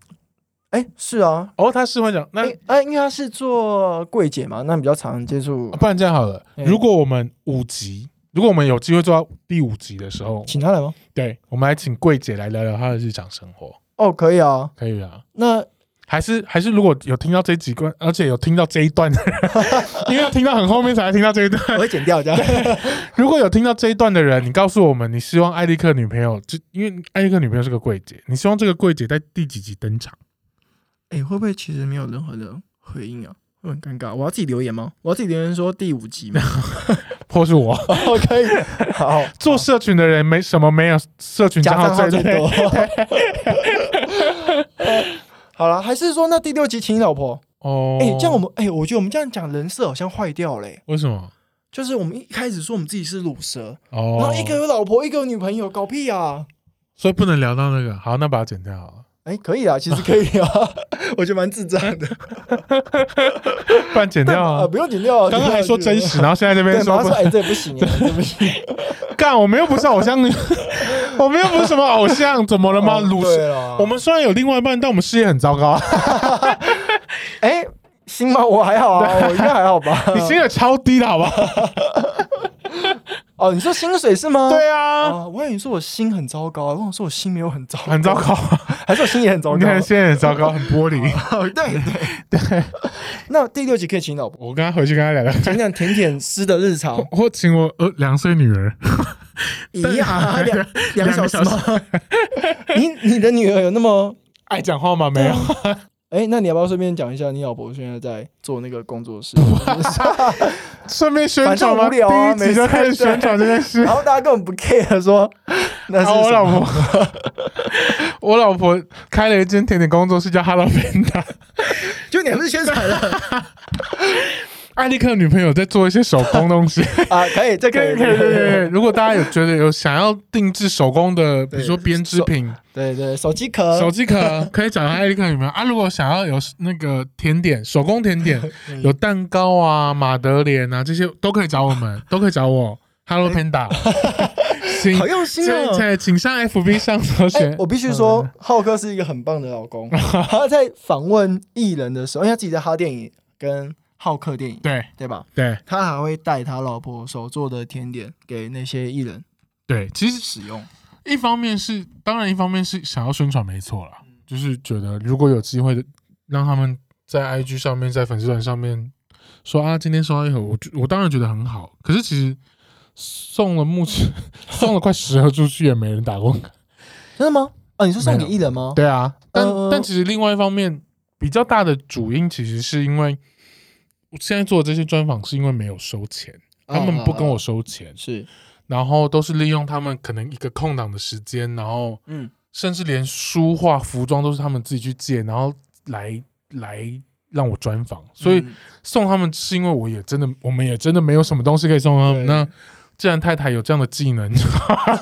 Speaker 1: 哎，是啊，
Speaker 2: 哦，她是会讲，那
Speaker 1: 哎、哎，因为他是做柜姐嘛，那比较常接触
Speaker 2: 啊，不然这样好了，
Speaker 1: 嗯
Speaker 2: 如果我们五集，如果我们有机会做到第五集的时候，
Speaker 1: 请他来吗？
Speaker 2: 对，我们来请桂姐来聊聊她的日常生活，
Speaker 1: 哦，可以啊。
Speaker 2: 可以啊。
Speaker 1: 那
Speaker 2: 还是还是，如果有听到这几关，而且有听到这一段的人， 因为要听到很后面才听到这一段。
Speaker 1: 我会剪掉这样。
Speaker 2: 如果有听到这一段的人，你告诉我们，你希望艾利克女朋友，就因为艾利克女朋友是个桂姐，你希望这个桂姐在第几集登场？
Speaker 1: 哎、会不会其实没有任何的回应啊？会很尴尬。我要自己留言吗？我要自己留言说第五集吗？
Speaker 2: 或是我
Speaker 1: 哦，可以。好，
Speaker 2: 做社群的人没什么没有社群
Speaker 1: 假
Speaker 2: 账
Speaker 1: 账
Speaker 2: 号
Speaker 1: 号最
Speaker 2: 最
Speaker 1: 多
Speaker 2: 多，。
Speaker 1: 好了，还是说那第六集请你老婆？
Speaker 2: 哦。
Speaker 1: 哎、这样我们哎、我觉得我们这样讲人设好像坏掉嘞、
Speaker 2: 为什么？
Speaker 1: 就是我们一开始说我们自己是乳蛇，
Speaker 2: 哦，
Speaker 1: 然后一个有老婆，一个有女朋友，搞屁啊！
Speaker 2: 所以不能聊到那个。好，那把它剪掉好了，
Speaker 1: 哎、可以啊，其实可以啊， 我觉得蛮智障 的。
Speaker 2: 不然剪掉
Speaker 1: 啊，
Speaker 2: 啊。
Speaker 1: 不用剪掉啊。
Speaker 2: 刚刚还说真实，然后现在这
Speaker 1: 对，
Speaker 2: 边
Speaker 1: 马上
Speaker 2: 说不
Speaker 1: 说哎，这不行啊，这不行。
Speaker 2: 干，我们又不是偶像， 我们又不是什么偶像，怎么了吗？
Speaker 1: 哦
Speaker 2: 鲁蛇，
Speaker 1: 对了，
Speaker 2: 我们虽然有另外一半，但我们事业很 糟糕。？
Speaker 1: 哎，行吗？我还好啊，我应该还好吧
Speaker 2: 你薪水超低的好不好？
Speaker 1: 哦，你说薪水是吗？
Speaker 2: 对啊，
Speaker 1: 啊，我以为你说我心很糟糕，我想说我心没有很糟，
Speaker 2: 很糟，糕，
Speaker 1: 还是我心也很糟糕
Speaker 2: 你？看现在很糟糕，很玻璃。
Speaker 1: 哦对对对。那第六集可以请老婆
Speaker 2: 我刚刚回去跟他聊聊，，
Speaker 1: 讲讲甜甜师的日常
Speaker 2: 我请我呃两岁女儿，
Speaker 1: 一样啊两两个小时
Speaker 2: 两
Speaker 1: 吗？你你的女儿有那么？
Speaker 2: 爱讲话吗？没有，
Speaker 1: 哎，那你要不要顺便讲一下你老婆现在在做那个工作室？
Speaker 2: 顺便宣
Speaker 1: 反
Speaker 2: 传
Speaker 1: 正
Speaker 2: 吗？
Speaker 1: 无聊啊
Speaker 2: 第一集就开始
Speaker 1: 没事
Speaker 2: 宣传这件 事
Speaker 1: 然。后大家根本不 care 说 那是
Speaker 2: 啊，我
Speaker 1: 什
Speaker 2: 老
Speaker 1: 么
Speaker 2: 婆， 我老婆开了一间甜点工作室，叫 Hello Panda。
Speaker 1: 就你还不是宣传了
Speaker 2: 艾利克的女朋友在做一些手工东西，
Speaker 1: 啊？可以，这可
Speaker 2: 可
Speaker 1: 以，
Speaker 2: 以可以可以可以。如果大家有觉得有想要定制手工的，比
Speaker 1: 对
Speaker 2: 如说编织品、
Speaker 1: 对对，手机壳，
Speaker 2: 手机壳，呃 可以找艾利克的女朋友啊。如果想要有那个甜点、手工甜点， 嗯有蛋糕啊、马德莲啊这些，都可以找我们，都可以找我。Hello Panda，请
Speaker 1: 好用心哦。
Speaker 2: 请请上 FB 上搜
Speaker 1: 哎、
Speaker 2: 寻。
Speaker 1: 我必须
Speaker 2: 嗯
Speaker 1: 说，浩哥是一个很棒的老公。他在访问艺人的时候，因为他自己在哈电影跟浩克电影，
Speaker 2: 对
Speaker 1: 对吧？
Speaker 2: 对
Speaker 1: 他还会带他老婆手做的甜点给那些艺人
Speaker 2: 对，其实
Speaker 1: 使用。
Speaker 2: 一方面是，当然一方面是想要宣传，没错啦，就是觉得如果有机会让他们在 IG 上面，在粉丝团上面说啊，今天收到一盒，我就我当然觉得很好。可是其实送了目前送了快十盒出去，也没人打过。
Speaker 1: 真的吗？啊，你说送
Speaker 2: 没
Speaker 1: 给
Speaker 2: 有
Speaker 1: 艺人吗？
Speaker 2: 对啊，但、
Speaker 1: 嗯
Speaker 2: 但其实另外一方面，比较大的主因其实是因为我现在做的这些专访是因为没有收钱，他们不跟我
Speaker 1: 嗯，
Speaker 2: 收钱
Speaker 1: 嗯嗯，是，
Speaker 2: 然后都是利用他们可能一个空档的时间，然后
Speaker 1: 嗯，
Speaker 2: 甚至连书画、服装都是他们自己去借，然后来来让我专访。所以
Speaker 1: 嗯
Speaker 2: 送他们是因为我也真的，我们也真的没有什么东西可以送他们。
Speaker 1: 嗯对
Speaker 2: 嗯那既然太太有这样的技能，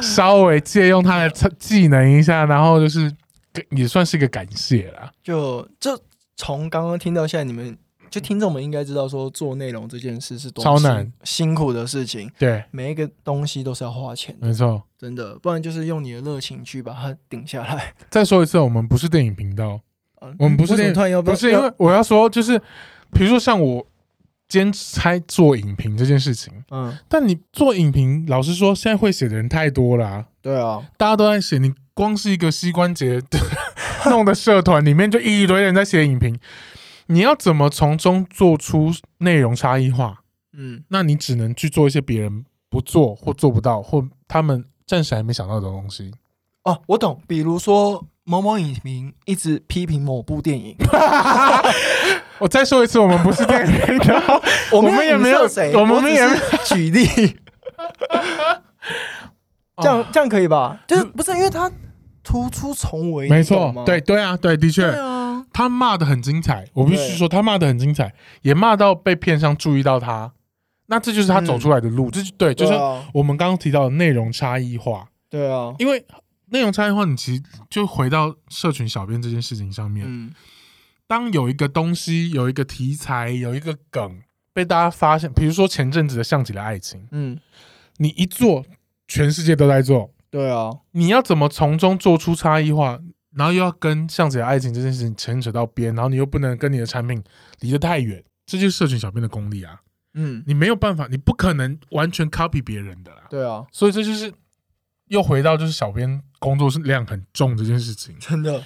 Speaker 2: 稍微借用她的技能一下，然后就是给也算是一个感谢啦。
Speaker 1: 就就从刚刚听到现在，你们就听众们应该知道，说做内容这件事是多
Speaker 2: 超
Speaker 1: 辛
Speaker 2: 难
Speaker 1: 辛苦的事情，
Speaker 2: 对，
Speaker 1: 每一个东西都是要花钱的，
Speaker 2: 没错。
Speaker 1: 真的，不然就是用你的热情去把它顶下来。
Speaker 2: 再说一次，我们不是电影频道，
Speaker 1: 嗯
Speaker 2: 我们不是
Speaker 1: 为什
Speaker 2: 那
Speaker 1: 么突然要
Speaker 2: 不是因为我要说，就是比如说像我兼差做影评这件事情，
Speaker 1: 嗯，
Speaker 2: 但你做影评，老实说，现在会写的人太多了啊、
Speaker 1: 对啊，
Speaker 2: 大家都在写，你光是一个膝关节 弄的社团里面就一堆人在写影评，你要怎么从中做出内容差异化？
Speaker 1: 嗯，
Speaker 2: 那你只能去做一些别人不做或做不到或他们暂时还没想到的东西。
Speaker 1: 哦，我懂，比如说某某影评一直批评某部电 影，
Speaker 2: 我再说一次，我们不是电影频道，
Speaker 1: 我
Speaker 2: 们也没有
Speaker 1: 影射谁，
Speaker 2: 我们也没
Speaker 1: 只是举例，这
Speaker 2: 哦
Speaker 1: 样这样可以吧？就是不是因为他突出重围，
Speaker 2: 嗯没
Speaker 1: 你
Speaker 2: 错
Speaker 1: 懂吗，
Speaker 2: 对对啊，对，的确，
Speaker 1: 对啊，
Speaker 2: 他骂的很精彩，我必须说他骂的很精彩，也骂到被片商注意到他，那这就是他走出来的路，这就对，就是
Speaker 1: 对啊
Speaker 2: 我们刚刚提到的内容差异化，
Speaker 1: 对啊，
Speaker 2: 因为内容差异化，你其实就回到社群小编这件事情上面，
Speaker 1: 嗯，
Speaker 2: 当有一个东西、有一个题材、有一个梗被大家发现，比如说前阵子的像极了爱情，
Speaker 1: 嗯，
Speaker 2: 你一做，全世界都在做，
Speaker 1: 对啊，
Speaker 2: 你要怎么从中做出差异化，然后又要跟像自己的爱情这件事情牵扯到边，然后你又不能跟你的产品离得太远，这就是社群小编的功力啊！
Speaker 1: 嗯，
Speaker 2: 你没有办法，你不可能完全 copy 别人的啦。
Speaker 1: 对啊，
Speaker 2: 所以这就是又回到就是小编工作是量很重这件事情。
Speaker 1: 真的，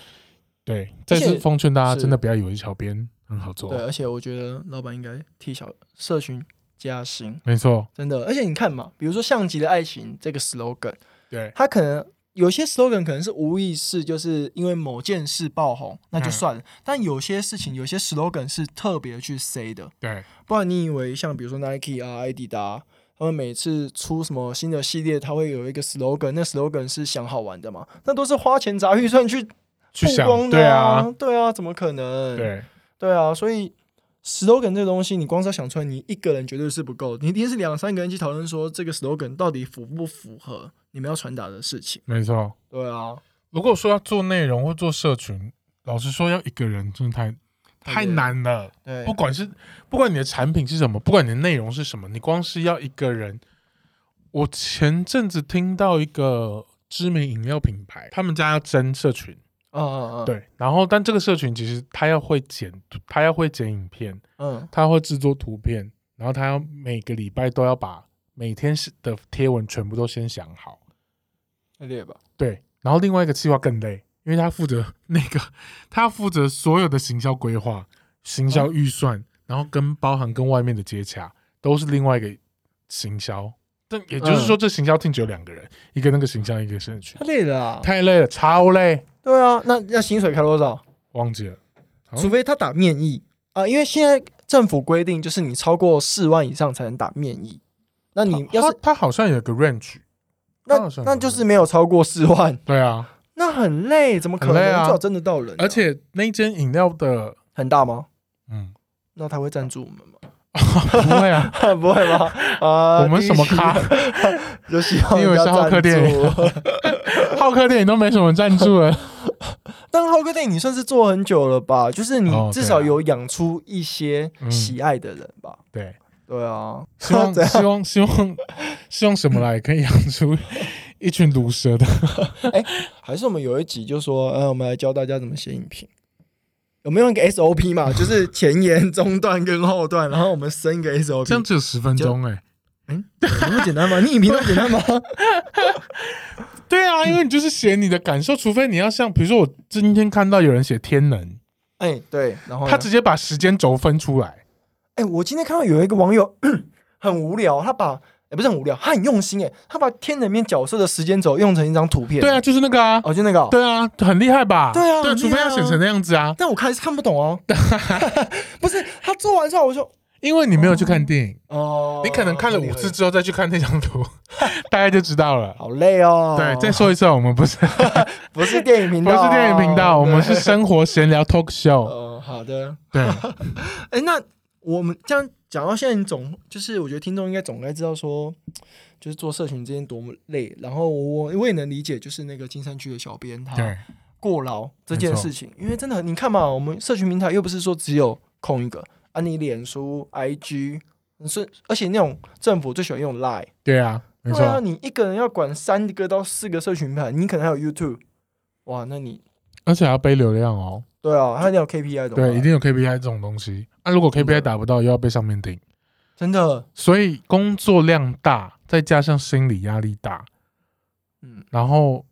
Speaker 2: 对，再次奉劝大家，
Speaker 1: 是
Speaker 2: 真的不要以为小编很好做
Speaker 1: 对，，而且我觉得老板应该替小社群加薪，
Speaker 2: 没错，
Speaker 1: 真的，而且你看嘛，比如说像极了爱情这个 slogan，
Speaker 2: 对
Speaker 1: 他可能有些 slogan 可能是无意识，就是因为某件事爆红，那就算了。但有些事情，有些 slogan 是特别去 say 的，
Speaker 2: 对
Speaker 1: 不然你以为像比如说 Nike 啊、艾迪达，他们每次出什么新的系列，它会有一个 slogan，那 slogan 是想好玩的嘛？那都是花钱砸预算去
Speaker 2: 去
Speaker 1: 曝
Speaker 2: 想，
Speaker 1: 光
Speaker 2: 对
Speaker 1: 的
Speaker 2: 啊，，
Speaker 1: 对啊，怎么可能？
Speaker 2: 对，
Speaker 1: 对啊，所以 slogan 这个东西，你光是要想出来，你一个人绝对是不够的，你一定是两三个人去讨论说这个 slogan 到底符不符合你们要传达的事情。
Speaker 2: 没错。
Speaker 1: 对啊，
Speaker 2: 如果说要做内容或做社群，老实说，要一个人真的太太
Speaker 1: 太累了
Speaker 2: 难了。
Speaker 1: 对，
Speaker 2: 不管是不管你的产品是什么，不管你的内容是什么，你光是要一个人。我前阵子听到一个知名饮料品牌，他们家要争社群，
Speaker 1: 嗯嗯嗯，，
Speaker 2: 对，然后但这个社群其实他要会剪，他要会剪影片，
Speaker 1: 嗯
Speaker 2: 他会制作图片，然后他要每个礼拜都要把每天是的贴文全部都先想好，
Speaker 1: 对吧？
Speaker 2: 对，然后另外一个计划更累，因为他负责那个， 他要负责所有的行销规划、行销预
Speaker 1: 嗯
Speaker 2: 算，然后跟包含跟外面的接洽，都是另外一个行销。但也就是
Speaker 1: 嗯
Speaker 2: 说，这行销 team 只有两个人，一个那个行销，一个社群
Speaker 1: 太，累了啊！
Speaker 2: 太累了，超累，
Speaker 1: 对啊，那要薪水开多少？
Speaker 2: 忘记了。哦
Speaker 1: 除非他打面议啊，因为现在政府规定就是你超过四万以上才能打面议。那你要
Speaker 2: 他
Speaker 1: 是
Speaker 2: 他好像有个 range，
Speaker 1: 那
Speaker 2: 他好像
Speaker 1: 那
Speaker 2: 有
Speaker 1: 就是没有超过四万，
Speaker 2: 对啊，
Speaker 1: 那很累，怎么可
Speaker 2: 很
Speaker 1: 能？
Speaker 2: 累啊
Speaker 1: 最好真的到人啊、
Speaker 2: 而且那间饮料的，
Speaker 1: 很大吗？
Speaker 2: 嗯，
Speaker 1: 那他会赞助我们吗？
Speaker 2: 不会啊，
Speaker 1: 不会吧？啊，
Speaker 2: 我们什么咖？
Speaker 1: 第一 期？就希望
Speaker 2: 你以为是浩克电影
Speaker 1: 人家赞助？
Speaker 2: 浩克电影都没什么赞助了，
Speaker 1: 但浩克电影你算是做很久了吧？就是你
Speaker 2: 哦
Speaker 1: 至少
Speaker 2: 对啊
Speaker 1: 有养出一些
Speaker 2: 嗯
Speaker 1: 喜爱的人吧？
Speaker 2: 对，
Speaker 1: 对啊，
Speaker 2: 希 望
Speaker 1: 怎样
Speaker 2: 希望希望 希望什么来可以养出一群毒蛇的？
Speaker 1: 还是我们有一集就说，嗯，我们来教大家怎么写影评。有没有一个 SOP 嘛？ 就是前言、中段跟后段，然后我们生一个 SOP，
Speaker 2: 这样只有十分钟哎、
Speaker 1: 有那么简单吗？你影评那么简单 吗？
Speaker 2: 对啊，因为你就是写你的感受，除非你要像比如说我今天看到有人写天能，
Speaker 1: 哎、对，然后呢
Speaker 2: 他直接把时间轴分出来，
Speaker 1: 哎、我今天看到有一个网友 很无聊，他把也、不是很无聊，他很用心哎、他把天人面角色的时间轴用成一张图片。
Speaker 2: 对啊，，就是那个啊，
Speaker 1: 哦，就那个、哦。
Speaker 2: 对啊，很厉害吧？
Speaker 1: 对啊
Speaker 2: 对，
Speaker 1: 很厉
Speaker 2: 除
Speaker 1: 害啊
Speaker 2: 非要写成那样子啊，
Speaker 1: 但我看还是看不懂 哦。不是，他做完之后我就
Speaker 2: 因为你没有去看电影，
Speaker 1: 哦，
Speaker 2: 你可能看了五次，之后再去看那张图， 大概就知道了。
Speaker 1: 好累哦。
Speaker 2: 对，再说一次，我们不是
Speaker 1: 不是电影频
Speaker 2: 不
Speaker 1: 道哦，
Speaker 2: 是电影频道，我们是生活闲聊 talk
Speaker 1: 对
Speaker 2: show。
Speaker 1: 哦，好的。
Speaker 2: 对，
Speaker 1: 哎、那我们这样讲到现在，你总就是我觉得听众应该总该知道说，就是做社群之间多么累。然后我我也能理解，就是那个金山区的小编他
Speaker 2: 对，
Speaker 1: 过劳这件事情，因为真的你看嘛，我们社群平台又不是说只有空一个啊，你脸书、IG，是而且那种政府最喜欢用 Line，
Speaker 2: 对啊，没
Speaker 1: 对啊，
Speaker 2: 错。
Speaker 1: 你一个人要管三个到四个社群平台，你可能还有 YouTube，哇，那你
Speaker 2: 而且还要背流量哦，
Speaker 1: 对啊，他一定有 KPI 的，
Speaker 2: 对，一定有 KPI 这种东西。那如果
Speaker 1: 真的
Speaker 2: KPI 达不到，又要被上面顶，
Speaker 1: 真的，
Speaker 2: 所以工作量大，再加上心理压力大，
Speaker 1: 嗯，
Speaker 2: 然后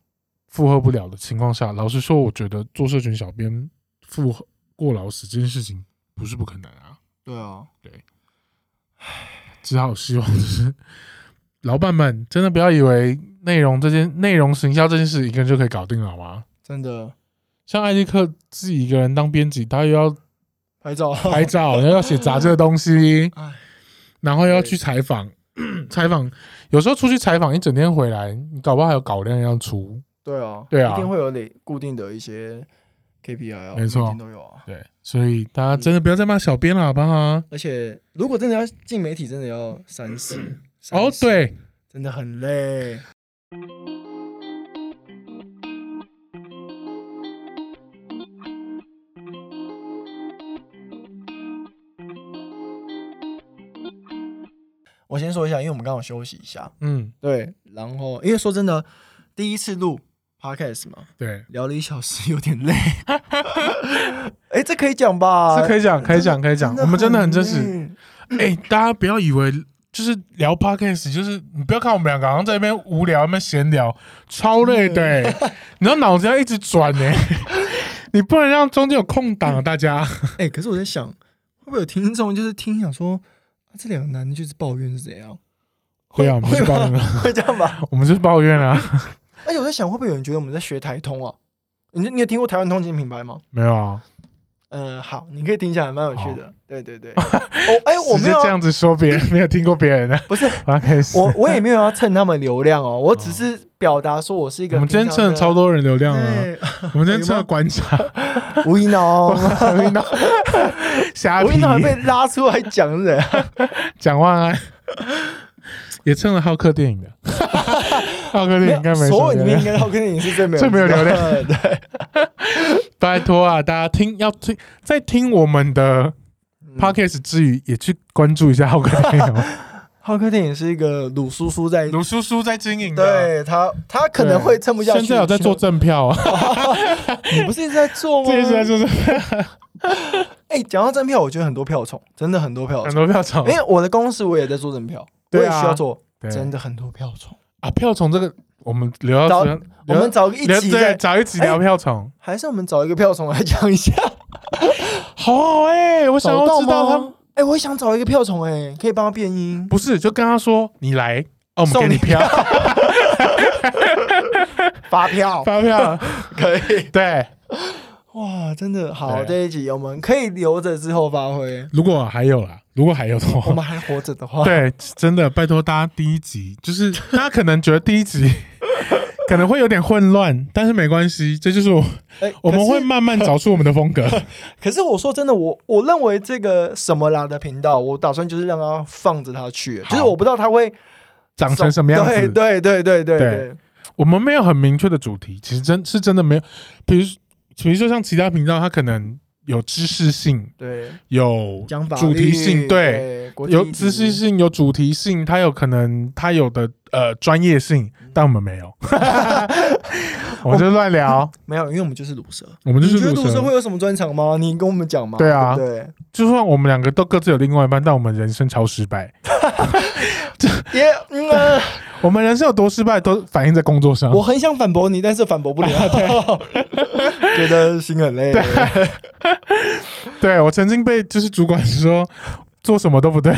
Speaker 2: 负荷不了的情况下，老实说，我觉得做社群小编负荷过劳死这件事情不是不可能啊，
Speaker 1: 对啊，
Speaker 2: 只好希望就是老板们真的不要以为内容这件内容行销这件事一个人就可以搞定了好吗？
Speaker 1: 真的
Speaker 2: 像艾利克自己一个人当编辑，他又要
Speaker 1: 拍哎照
Speaker 2: 拍照，又要写杂志的东西
Speaker 1: 唉，
Speaker 2: 然后又要去采访， 采访有时候出去采访一整天回来，你搞不好还有稿量要出。
Speaker 1: 对啊，
Speaker 2: 对啊
Speaker 1: 一定会有得固定的一些 KPI 啊，
Speaker 2: 没错
Speaker 1: 每天都有啊。
Speaker 2: 对，所以大家真的不要再骂小编了，好不好？
Speaker 1: 而且如果真的要进媒体，真的要三思。
Speaker 2: 哦
Speaker 1: 三，思，
Speaker 2: 对，
Speaker 1: 真的很累。我先说一下，因为我们刚好休息一下，
Speaker 2: 嗯，
Speaker 1: 对，然后因为说真的，第一次录 podcast 嘛，
Speaker 2: 对，
Speaker 1: 聊了一小时，有点累。 哎、这可以讲吧？
Speaker 2: 是可以讲，可以讲，可以讲，我们啊真的很真实。
Speaker 1: 累。
Speaker 2: 哎，大家不要以为就是聊 podcast，就是你不要看我们两个好像在那边无聊，那边闲聊，超累的欸， 你知道脑子要一直转 呢，你不能让中间有空档啊，大家。
Speaker 1: 哎、可是我在想，会不会有听众就是听想说，啊、这两个男的就是抱怨是怎样？
Speaker 2: 会啊，我们就是抱怨啊，
Speaker 1: 会这样吧？
Speaker 2: 我们就是抱怨啊，
Speaker 1: 而且我在想，会不会有人觉得我们在学台通啊？你你有听过台湾通勤品牌吗？
Speaker 2: 没有啊，
Speaker 1: 嗯、好，你可以听起来蛮有趣的。对对对，哦，哎、 我没
Speaker 2: 直接
Speaker 1: 有
Speaker 2: 这
Speaker 1: 要，
Speaker 2: 样子说别 人，没有听过别人的啊
Speaker 1: 不是
Speaker 2: podcast。
Speaker 1: 我我也没有要蹭他们流量哦，我只是表达说我是一个
Speaker 2: 哦我们今天
Speaker 1: 平常
Speaker 2: 蹭了超多人流量啊，
Speaker 1: 对，
Speaker 2: 我们今天蹭了馆 长、
Speaker 1: 吴一 农，
Speaker 2: 吴一农、 虾
Speaker 1: 吴
Speaker 2: 皮
Speaker 1: 一、农还 被拉出来讲人，
Speaker 2: 蒋万安，啊也蹭了浩克电 影的。浩克电影应该没什
Speaker 1: 所有
Speaker 2: 么
Speaker 1: 里
Speaker 2: 流
Speaker 1: 面
Speaker 2: 量
Speaker 1: 应该浩克电影是最没有
Speaker 2: 最没有流量
Speaker 1: 量 的。
Speaker 2: 拜托啊，大家听要听，在听我们的
Speaker 1: 嗯
Speaker 2: podcast 之余，也去关注一下浩克电 影哦。
Speaker 1: 浩克电影是一个鲁叔叔在，
Speaker 2: 卢叔叔在经营的，
Speaker 1: 对他他可能会撑不下去。
Speaker 2: 现在有在做赠票啊，
Speaker 1: 你不是一直在做 吗
Speaker 2: 这？一直在做赠票，
Speaker 1: 哎，讲到正票，我觉得很多票虫，真的很多票
Speaker 2: 很
Speaker 1: 虫。
Speaker 2: 多票虫
Speaker 1: 因。为我的公司我也在做正票，我也
Speaker 2: 哦对
Speaker 1: 需
Speaker 2: 啊
Speaker 1: 要做，
Speaker 2: 对
Speaker 1: 真的很多票虫。
Speaker 2: 啊，票虫这个我们聊
Speaker 1: 找
Speaker 2: 到聊
Speaker 1: 我们找个一
Speaker 2: 聊
Speaker 1: 起
Speaker 2: 对
Speaker 1: 再，
Speaker 2: 找一哎集聊票虫，
Speaker 1: 还是我们找一个票虫来讲一下。
Speaker 2: 好好哎，我想
Speaker 1: 找
Speaker 2: 要
Speaker 1: 到
Speaker 2: 知道他们
Speaker 1: 吗？哎，我也想找一个票虫，哎，可以帮他变音。
Speaker 2: 不是就跟他说你来，哦，我们
Speaker 1: 送
Speaker 2: 给
Speaker 1: 你
Speaker 2: 你票
Speaker 1: 发票
Speaker 2: 发票，
Speaker 1: 可以，
Speaker 2: 对。
Speaker 1: 哇，真的好，
Speaker 2: 对
Speaker 1: 这一集我们可以留着之后发挥。
Speaker 2: 如果还有啦，如果还有的
Speaker 1: 我
Speaker 2: 话，
Speaker 1: 们还活着的话，
Speaker 2: 对，真的拜托大家第一集，就是 大家可能觉得第一集 可能会有点混乱，但是没关系，这就是我
Speaker 1: 哎，
Speaker 2: 我们
Speaker 1: 可是
Speaker 2: 会慢慢找出我们的风 格。
Speaker 1: 可是我说真的，我我认为这个什么啦的频道，我打算就是让它放着它去，
Speaker 2: 好
Speaker 1: 就是我不知道它会
Speaker 2: 长成什么样
Speaker 1: 对
Speaker 2: 子，
Speaker 1: 对对对对
Speaker 2: 对
Speaker 1: 对，
Speaker 2: 我们没有很明确的主题，其实真是真的没有，比如比如说像其他频道，它可能有知识性，
Speaker 1: 对，
Speaker 2: 有
Speaker 1: 讲法
Speaker 2: 主题
Speaker 1: 律
Speaker 2: 性，对，
Speaker 1: 对，国际
Speaker 2: 有
Speaker 1: 议
Speaker 2: 知识
Speaker 1: 题
Speaker 2: 性，有主题性，它有可能它有的呃专业性，但我们没 有，我们就乱聊，
Speaker 1: 没有，因为我们就是卤蛇。
Speaker 2: 我们就
Speaker 1: 你觉
Speaker 2: 是
Speaker 1: 得
Speaker 2: 鲁
Speaker 1: 蛇
Speaker 2: 蛇
Speaker 1: 会。有什么专长吗？你跟我们讲嘛。
Speaker 2: 对啊
Speaker 1: 对
Speaker 2: 就算我们两个都各自有另外一半，但我们人生超失败。
Speaker 1: 不对，也、嗯呃
Speaker 2: 我们人生有多失败，都反映在工作上。
Speaker 1: 我很想反驳你，但是反驳不了，觉得心很累。
Speaker 2: 对我曾经被就是主管说做什么都不对，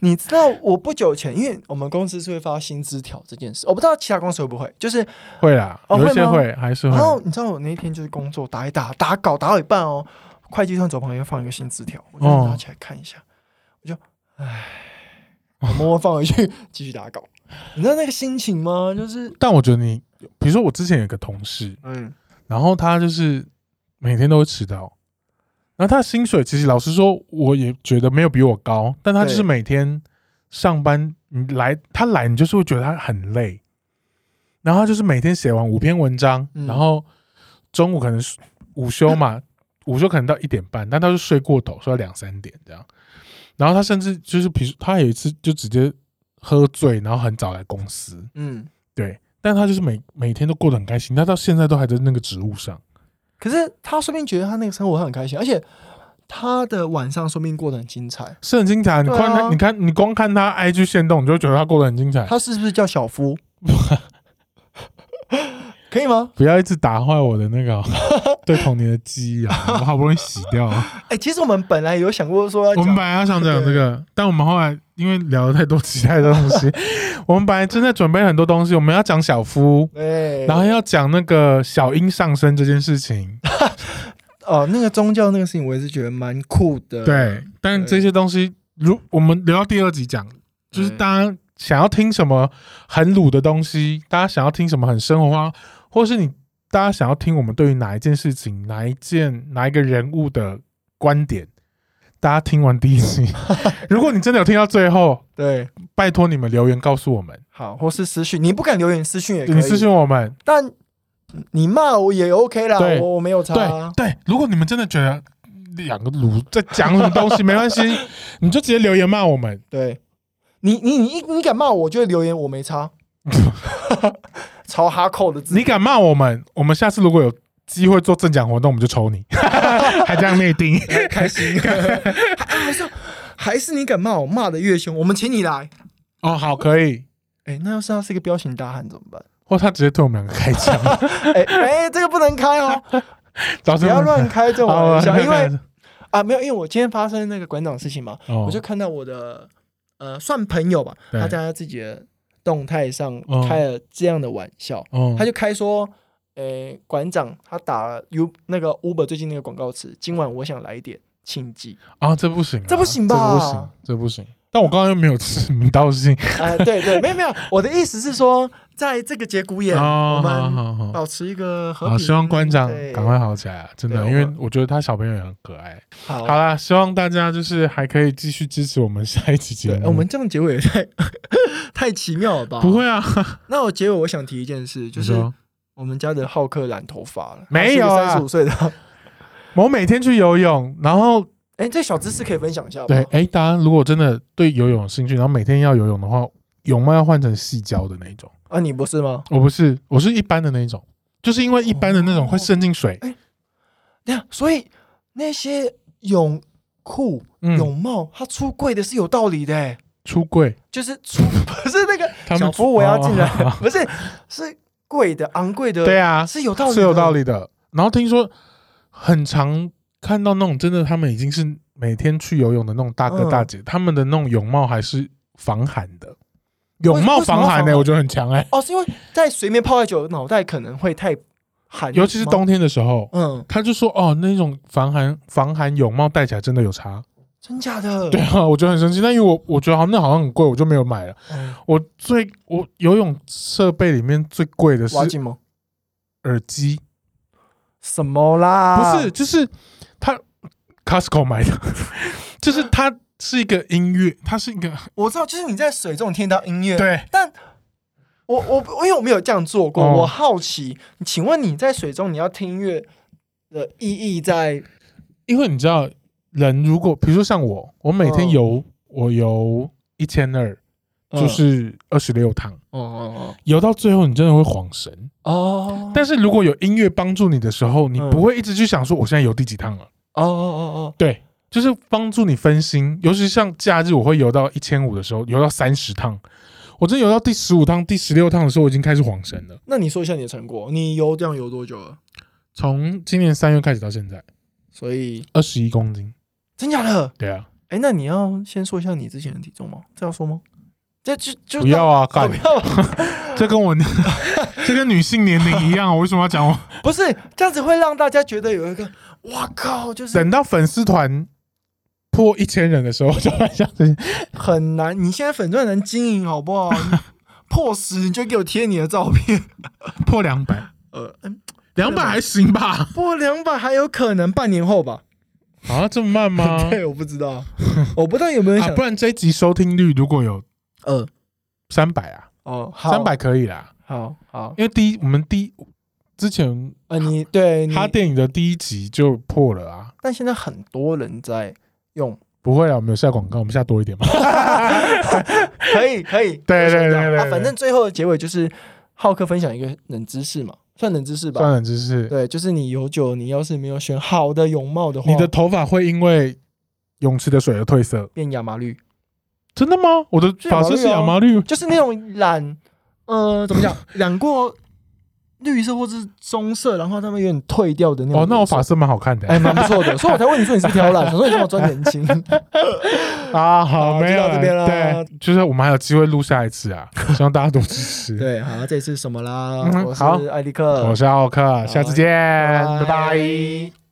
Speaker 1: 你知道我不久前，因为我们公司是会发薪资条这件事，我不知道其他公司会不会。就是，
Speaker 2: 会啦，
Speaker 1: 哦
Speaker 2: 有一
Speaker 1: 会
Speaker 2: 些
Speaker 1: 吗
Speaker 2: 会还是
Speaker 1: 然后
Speaker 2: 会。
Speaker 1: 你知道我那一天就是工作打一打打稿打到一半哦，会计突然走旁边放一个薪资条，我就
Speaker 2: 哦
Speaker 1: 拿起来看一下，我就唉，我默默放回去继续打稿。你知道那个心情吗？就是
Speaker 2: 但我觉得你，比如说我之前有个同事，
Speaker 1: 嗯，
Speaker 2: 然后他就是每天都会迟到，然后他的薪水其实老实说，我也觉得没有比我高，但他就是
Speaker 1: 对
Speaker 2: 每天上班你来，他来你就是会觉得他很累，然后他就是每天写完五篇文章，
Speaker 1: 嗯
Speaker 2: 然后中午可能是午休嘛，午休可能到一点半，但他就睡过头，睡到两三点这样，然后他甚至就是比如他有一次就直接喝醉，然后很早来公司，
Speaker 1: 嗯，
Speaker 2: 对，但他就是每每天都过得很开心，他到现在都还在那个职务上。
Speaker 1: 可是他说不定觉得他那个生活很开心，而且他的晚上说不定过得很精彩。
Speaker 2: 是很精彩。你
Speaker 1: 对
Speaker 2: 看
Speaker 1: 啊
Speaker 2: 他，你看，你光看他 IG 线动，你就觉得他过得很精彩。
Speaker 1: 他是不是叫小夫？ 可以吗？
Speaker 2: 不要一直打坏我的那个 对童年的记忆 啊！我好不容易洗掉了。
Speaker 1: 哎、其实我们本来有想过说要
Speaker 2: 我们
Speaker 1: 讲
Speaker 2: 本来要想讲这个，但我们后来因为聊了太多其他的东 西，我们本来正在准备很多东西，我们要讲小夫，
Speaker 1: 对，
Speaker 2: 然后要讲那个小鹰上身这件事情。
Speaker 1: 哦、那个宗教那个事情，我也是觉得蛮酷的。，
Speaker 2: 对，但这些东西，如我们留到第二集讲，就是大家想要听什么很鲁的东西，大家想要听什么很生活化，或是你大家想要听我们对于哪一件事情、哪一件、哪一个人物的观点，大家听完第一集，如果你真的有听到最后，
Speaker 1: 对，
Speaker 2: 拜托你们留言告诉我们，
Speaker 1: 好，或是私讯，你不敢留言私讯也可以，
Speaker 2: 你私信我们。
Speaker 1: 但你骂我也 OK 啦，
Speaker 2: 对
Speaker 1: 我我没有差啊
Speaker 2: 对。对，如果你们真的觉得两个鲁在讲什么东西，没关系，你就直接留言骂我们。
Speaker 1: 对，你你你你敢骂我，就留言我没 差，超哈扣的字，
Speaker 2: 你敢骂我们，我们下次如果有机会做正奖活动，我们就抽你， 还这样内 定。
Speaker 1: 开心，还是还是你敢骂我，骂的越凶，我们请你来。
Speaker 2: 哦，好，可以。
Speaker 1: 哎、那要是他是一个彪形大汉怎么办？
Speaker 2: 或他直接对我们两个开枪，
Speaker 1: 哎、哎、这个不能开 哦，
Speaker 2: 导致
Speaker 1: 不要 乱开这种玩
Speaker 2: 啊
Speaker 1: 笑，因为啊，没有，因为我今天发生那个馆长的事情嘛，
Speaker 2: 我
Speaker 1: 我就看到我的呃算朋友吧，
Speaker 2: 哦对
Speaker 1: 他在他自己的动态上
Speaker 2: 哦
Speaker 1: 开了这样的玩笑，
Speaker 2: 哦
Speaker 1: 他就开说。诶、馆长，他打了 U 那个 Uber 最近那个广告词，今晚我想来一点，庆记。
Speaker 2: 啊，这不行啊，
Speaker 1: 这不行吧
Speaker 2: 这不行，这不行。但我刚刚又没有指名 道姓
Speaker 1: 哎、对对，没有没有，我的意思是说，在这个节骨眼，
Speaker 2: 哦
Speaker 1: 我
Speaker 2: 好
Speaker 1: 们
Speaker 2: 好好，
Speaker 1: 保持一个和
Speaker 2: 好，
Speaker 1: 平。
Speaker 2: 希望馆长
Speaker 1: 对
Speaker 2: 赶快好起来啊！真的，
Speaker 1: 对
Speaker 2: 因为
Speaker 1: 我们
Speaker 2: 我觉得他小朋友也很可爱。
Speaker 1: 好
Speaker 2: 好啦，希望大家就是还可以继续支持我们下一期节
Speaker 1: 对，呃
Speaker 2: 目。
Speaker 1: 我们这样结尾也太 太奇妙了吧？
Speaker 2: 不。会啊，
Speaker 1: 那我结尾我想提一件事，就
Speaker 2: 你
Speaker 1: 是
Speaker 2: 说
Speaker 1: 我们家的浩克染头发了，
Speaker 2: 没有啊
Speaker 1: 三十五岁的。
Speaker 2: 我每天去游泳，然后
Speaker 1: 哎、这小知识可以分享一下吗？
Speaker 2: 对，哎、大家如果真的对游泳有兴趣，然后每天要游泳的话，泳帽要换成细胶的那一种。
Speaker 1: 啊，你不是吗？
Speaker 2: 我不是，我是一般的那一种，就是因为一般的那种会渗进水。
Speaker 1: 对啊，所以那些泳裤、
Speaker 2: 嗯，
Speaker 1: 哦泳帽，它出柜的是有道理的、欸。
Speaker 2: 出柜，
Speaker 1: 就是出 不是那个
Speaker 2: 他们
Speaker 1: 小夫我要进来
Speaker 2: 哦哦哦，
Speaker 1: 不是是贵的昂贵的，
Speaker 2: 对 啊，
Speaker 1: 是有道理，
Speaker 2: 是有道。理的。然后听说很常看到那种真的，他们已经是每天去游泳的那种大哥
Speaker 1: 嗯
Speaker 2: 大姐，他们的那种泳帽还是防寒的，泳帽
Speaker 1: 为什么
Speaker 2: 防寒呢、
Speaker 1: 防寒
Speaker 2: 我觉得很强哎、
Speaker 1: 哦，是因为在水里面泡太久，脑袋可能会太寒，
Speaker 2: 尤其是，冬天的时候。
Speaker 1: 嗯，
Speaker 2: 他就说：“哦，那种防寒防寒泳帽戴起来真的有差。”
Speaker 1: 真假的？
Speaker 2: 对啊，我觉得很生气，但因为我我觉得好像那好像很贵，我就没有买了。
Speaker 1: 嗯，
Speaker 2: 我最我游泳设备里面最贵的是
Speaker 1: 挖进吗？
Speaker 2: 耳机，
Speaker 1: 什么啦？
Speaker 2: 不是，就是它 Costco 买的， 就是它是一个音乐，它是一个
Speaker 1: 我知道，就是你在水中听到音乐。，
Speaker 2: 对
Speaker 1: 我我因为我没有这样做过，
Speaker 2: 哦
Speaker 1: 我好奇，请问你在水中你要听音乐，的意义在，
Speaker 2: 因为你知道，人如果比如说像我，我每
Speaker 1: 嗯
Speaker 2: 天游、我游一千二，
Speaker 1: 嗯
Speaker 2: 就是二十六趟，
Speaker 1: 哦哦
Speaker 2: 游到最后你真的会晃神。
Speaker 1: 哦哦，
Speaker 2: 但是如果有音乐帮助你的时候，你
Speaker 1: 嗯
Speaker 2: 不会一直去想说我现在游第几趟了，
Speaker 1: 哦哦哦
Speaker 2: 对，就是帮助你分心。尤其像假日，我会游到一千五的时候，游到三十趟，我真的游到第十五趟、第十六趟的时候，我已经开始晃神了。
Speaker 1: 那你说一下你的成果，你游这样游多久了？
Speaker 2: 从今年三月开始到现在，
Speaker 1: 所以
Speaker 2: 二十一公斤。
Speaker 1: 真假的？
Speaker 2: 对啊，
Speaker 1: 哎、那你要先说一下你之前的体重吗？这样说吗？这就就
Speaker 2: 不要 啊，
Speaker 1: 到
Speaker 2: 干
Speaker 1: 不！要啊，
Speaker 2: 这跟我 这跟女性年龄一样，我为什么要讲我？
Speaker 1: 不是这样子会让大家觉得有一个，哇靠，就是
Speaker 2: 等到粉丝团破一千人的时候，我就会想这些。
Speaker 1: 很难。你现在粉钻能经营好不好？你 破十你就给我贴你的照片，
Speaker 2: 破两百，
Speaker 1: 呃，嗯
Speaker 2: 两百还行吧？
Speaker 1: 破两百还有可能半年后吧？
Speaker 2: 啊，这么慢 吗？
Speaker 1: 对，我不知道，我不知道有没有人
Speaker 2: 啊
Speaker 1: 想，，
Speaker 2: 不然这一集收听率如果有
Speaker 1: 呃，
Speaker 2: 三百啊，
Speaker 1: 哦，好
Speaker 2: 三百，啊可以啦。
Speaker 1: 好好，
Speaker 2: 因为第一，我们第一之前
Speaker 1: 呃，你对你，
Speaker 2: 他电影的第一集就破了啊。
Speaker 1: 但现在很多人在 用，
Speaker 2: 不会啊，我们有下广告，我们下多一点嘛。
Speaker 1: 可以 可以，
Speaker 2: 对
Speaker 1: 我想
Speaker 2: 对
Speaker 1: 到
Speaker 2: 对对
Speaker 1: 啊
Speaker 2: 对
Speaker 1: 反正最后的结尾就是浩克分享一个冷知识嘛，算冷知识吧，
Speaker 2: 当然，就是
Speaker 1: 对，就是你有酒，你要是没有选好的泳帽的话，
Speaker 2: 你的头发会因为泳池的水而褪色。
Speaker 1: 变亚麻绿，
Speaker 2: 真的吗？我的
Speaker 1: 是
Speaker 2: 发色
Speaker 1: 毛
Speaker 2: 是
Speaker 1: 绿啊
Speaker 2: 亚麻绿，
Speaker 1: 就是那种染，呃，怎么 讲，染过绿色或是棕色，然后他们有点褪掉的那种。
Speaker 2: 哦，那我发。色蛮好看的、
Speaker 1: 哎，蛮不错的，所以我才问你说你是不是挑 染，想说你帮我装年轻。
Speaker 2: 啊，好，
Speaker 1: 好
Speaker 2: 没
Speaker 1: 就
Speaker 2: 有
Speaker 1: 到这边啦
Speaker 2: 对，就是我们还有机会录下一次 啊，希望大家多支持。
Speaker 1: 对，好，这次什么啦？
Speaker 2: 嗯
Speaker 1: 我
Speaker 2: 好
Speaker 1: 是艾利克，
Speaker 2: 我是奥克，下次见，
Speaker 1: 拜
Speaker 2: 拜拜。